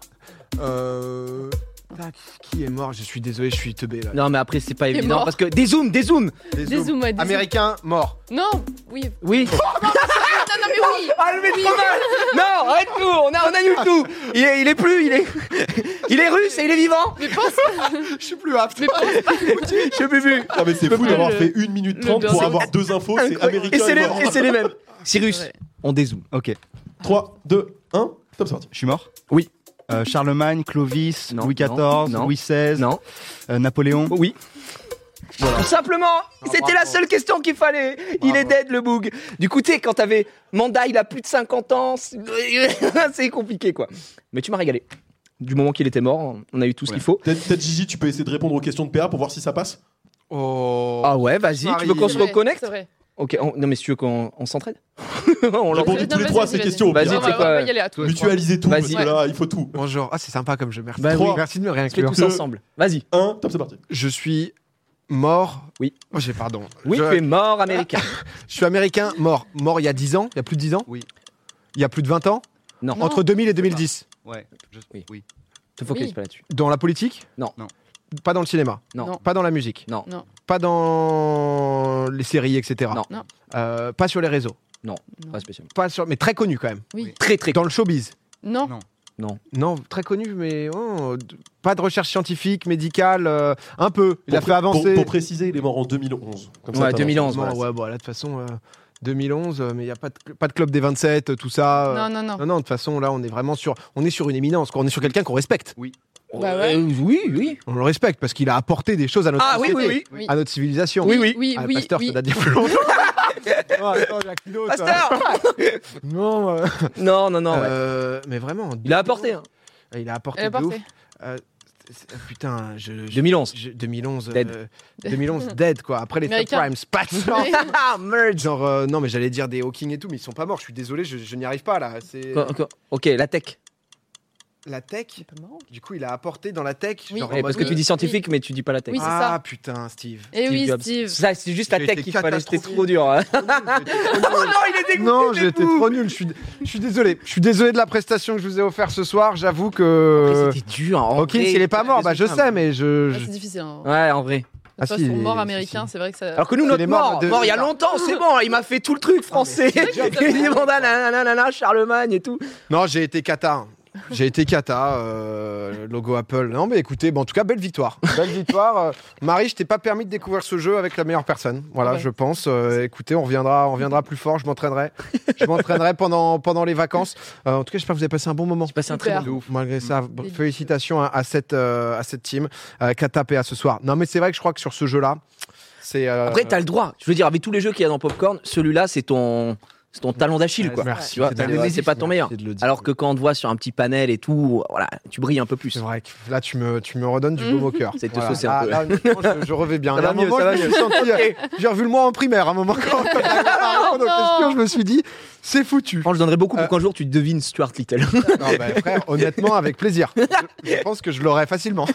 B: Euh. tac, Qui est mort Je suis désolé, je suis teubé là.
E: Non, mais après, c'est pas
C: est
E: évident
C: mort.
E: parce que. Des zooms, des zooms
B: Des zooms.
C: Désolé, moi. désolé.
B: Américain mort.
C: Non. Oui.
E: Oui
C: Non, non, mais oui.
E: Ah, le mec trop mal Non, arrête nous on, a, on annule tout il est, il est plus, il est. Il est russe et il est vivant
C: Mais pense.
B: Je suis plus apte.
E: Je plus vu
A: Ah, mais c'est fou
C: pas
A: d'avoir
C: le-
A: fait 1 minute
C: le
A: 30 pour
C: berceau.
A: avoir deux infos, c'est américain
E: Ah, Et c'est les,
A: mort.
E: et c'est les mêmes Cyrus,
C: Ouais.
E: on dézoome.
D: Ok.
A: 3, 2, 1, top, c'est parti.
D: Je suis mort
E: Oui.
D: Euh, Charlemagne, Clovis,
E: Non,
D: Louis
E: non,
D: XIV,
E: non,
D: Louis XVI,
E: Non
D: euh, Napoléon.
E: Oh, Oui. Tout simplement, c'était la
B: bravo.
E: seule question qu'il fallait. Il
B: Bravo.
E: est dead le boug. Du coup, tu sais, quand t'avais Manda, il a plus de 50 ans, c'est c'est compliqué quoi. Mais tu m'as régalé. Du moment qu'il était mort, on a eu tout ce
D: Ouais.
E: qu'il faut.
A: Peut-être peut-être, Gigi, tu peux essayer de répondre aux questions de PA pour voir si ça passe
B: Oh.
E: Ah ouais, vas-y, tu veux
B: Marie.
E: qu'on se
C: C'est vrai,
E: reconnecte
C: C'est vrai.
E: Ok, on- non mais si tu veux qu'on on s'entraide On lance.
C: bon,
A: Répondez
C: Non,
A: tous les
C: vas-y,
A: trois à ces
C: vas-y,
A: questions. au
E: vas-y.
A: pire.
C: On
E: tu sais
C: va, on
E: quoi
C: va y aller à toi.
A: Mutualisez tout, parce
E: Vas-y.
A: que là, il faut tout.
B: Bonjour. Ah, c'est sympa comme jeu, merci.
E: Bah
A: Trois.
E: oui,
A: oui.
B: Merci de me
E: on se met
B: réinclure.
E: tous ensemble. Vas-y.
A: 1, top, c'est parti.
B: Je suis mort.
E: Oui.
B: Oh, j'ai pardon.
E: Oui,
B: je,
E: tu es mort américain.
B: je suis américain mort. Mort il y a 10 ans, il y a plus de 10 ans
D: Oui.
B: Il y a plus de 20 ans
E: Non,
C: Non.
B: Entre 2000 et 2010.
D: Ouais. je-
E: Oui.
D: oui.
E: te focalise
C: Oui.
E: pas là-dessus.
B: Dans la politique
E: Non.
D: Non.
B: Pas dans le cinéma
E: Non.
C: Non.
B: Pas dans la musique
E: Non.
C: Non.
B: Pas dans les séries, etc.
E: Non.
C: Non.
B: Euh, pas sur les réseaux.
E: Pas spécialement.
B: Pas sur... Mais très connu quand même.
E: Très très.
B: Dans le showbiz.
C: Non.
B: Non, très connu, mais oh, d- pas de recherche scientifique, médicale, euh, un peu. Il a fait
A: Pour,
B: avancer.
A: pour préciser, il est mort en 2011. Comme ça,
E: Ouais,
A: t'as
E: 2011.
B: Bon,
E: voilà.
B: ouais, bon, là, de toute façon, euh, 2011, euh, mais il n'y a pas de, cl- pas de club des 27, euh, tout ça. euh,
C: Non, non, non.
B: non, non, de toute façon, là, on est vraiment sur, on est sur une éminence, quoi. on est sur quelqu'un qu'on respecte.
C: Bah ouais.
E: Euh, oui, oui.
B: On le respecte parce qu'il a apporté des choses à notre
E: Ah oui,
B: société,
E: oui,
C: oui.
B: à notre civilisation.
C: Oui, oui, oui,
B: Ah,
C: oui,
B: Pasteur,
C: oui.
B: ça date d'il y a plus longtemps. Oh, attends, Jacques Naud, toi. Non, euh,
E: Non, non, non. ouais.
B: euh, mais vraiment.
E: Il a apporté. hein.
B: Il a apporté.
C: Elle est
B: de ouf.
C: parfaite.
B: C'est- ah, Putain, je, je-
E: 2011.
B: je- 2011.
E: Dead.
B: euh, 2011, dead quoi. Après les Third
C: Américain.
B: Prime Spats.
C: Oui.
E: Ah, merge.
B: Genre, euh, non, mais j'allais dire des Hawking et tout, mais ils sont pas morts. Je suis désolé, je, je n'y arrive pas là. C'est
E: Quoi- quoi- Ok, la tech.
B: la tech.
C: C'est pas marrant.
B: Du coup, il a apporté dans la tech.
C: Oui.
B: genre en
E: Eh, parce
B: mode-
E: que tu dis scientifique, mais tu dis pas la tech.
C: Oui, c'est
B: ah
C: ça.
B: putain, Steve.
C: Eh oui,
E: Jobs.
C: Steve.
E: Ça, c'est juste la
B: J'ai
E: tech
B: été
E: qu'il fallait. C'était
B: catastrophique.
E: trop dur. hein.
B: il est Oh Non, j'étais trop nul. Je suis, je suis désolé. Je suis désolé de la prestation que je vous ai offerte ce soir. J'avoue que.
E: Après, C'était dur. hein. En
B: Hawking,
E: vrai,
B: il Euh, est pas mort. Bah, je sais, mais je.
C: Ah,
B: je-
C: c'est difficile. Hein.
E: Ouais, en vrai.
B: Ah,
C: De toute
B: si,
C: façon, mort
B: si,
C: américain,
B: si.
C: c'est vrai que ça.
E: Alors que nous,
B: C'est
E: notre
B: les morts
E: mort,
B: de- Ah,
E: mort il y a longtemps, c'est bon, il m'a fait tout le truc français. Il mandat, nanana, nanana, Charlemagne et tout.
B: Non, j'ai été cata. hein. J'ai été cata, euh, logo Apple. Non, mais écoutez, bon, en tout cas, belle victoire. Belle victoire. Euh, Marie, je t'ai pas permis de découvrir ce jeu avec la meilleure personne. Voilà,
C: Ouais.
B: je pense. Euh, écoutez, on reviendra, on reviendra plus fort. Je m'entraînerai. Je m'entraînerai pendant, pendant les vacances. Euh, en tout cas, j'espère que vous avez passé un bon moment.
E: J'ai passé un
C: Super.
E: très bon.
B: De ouf. Malgré ça, b-
C: Délicieux.
B: félicitations à, à cette, euh, à cette team. Euh, Cata PA ce soir. Non, mais c'est vrai que je crois que sur ce jeu-là, c'est. euh,
E: Après, t'as le droit. Je veux dire, avec tous les jeux qu'il y a dans Popcorn, celui-là, c'est ton, c'est ton talon d'Achille, quoi.
B: Merci.
E: Tu vois,
B: C'est
E: t'as
B: de le
E: le-
B: dire.
E: c'est pas ton meilleur.
B: Merci de le dire.
E: Alors que quand on te voit sur un petit panel et tout, voilà, tu brilles un peu plus.
B: C'est vrai que là, tu me, tu me redonnes du baume au cœur.
E: C'est de te
B: Voilà.
E: saucer un
B: Là-
E: peu.
B: là, honnêtement, je, je revais bien.
E: Ça
B: Il y a
E: va
B: un
E: mieux,
B: moment,
E: ça va
B: je me suis senti- J'ai revu le moi en primaire. À un moment, quand on
C: Ah,
B: a
E: Ah
B: répondu aux
C: non.
B: questions, je me suis dit, c'est foutu.
E: Franchement, je donnerais beaucoup
B: Euh.
E: pour qu'un jour tu devines Stuart Little.
B: Non, bah, frère, honnêtement, avec plaisir. Je, je pense que je l'aurais facilement.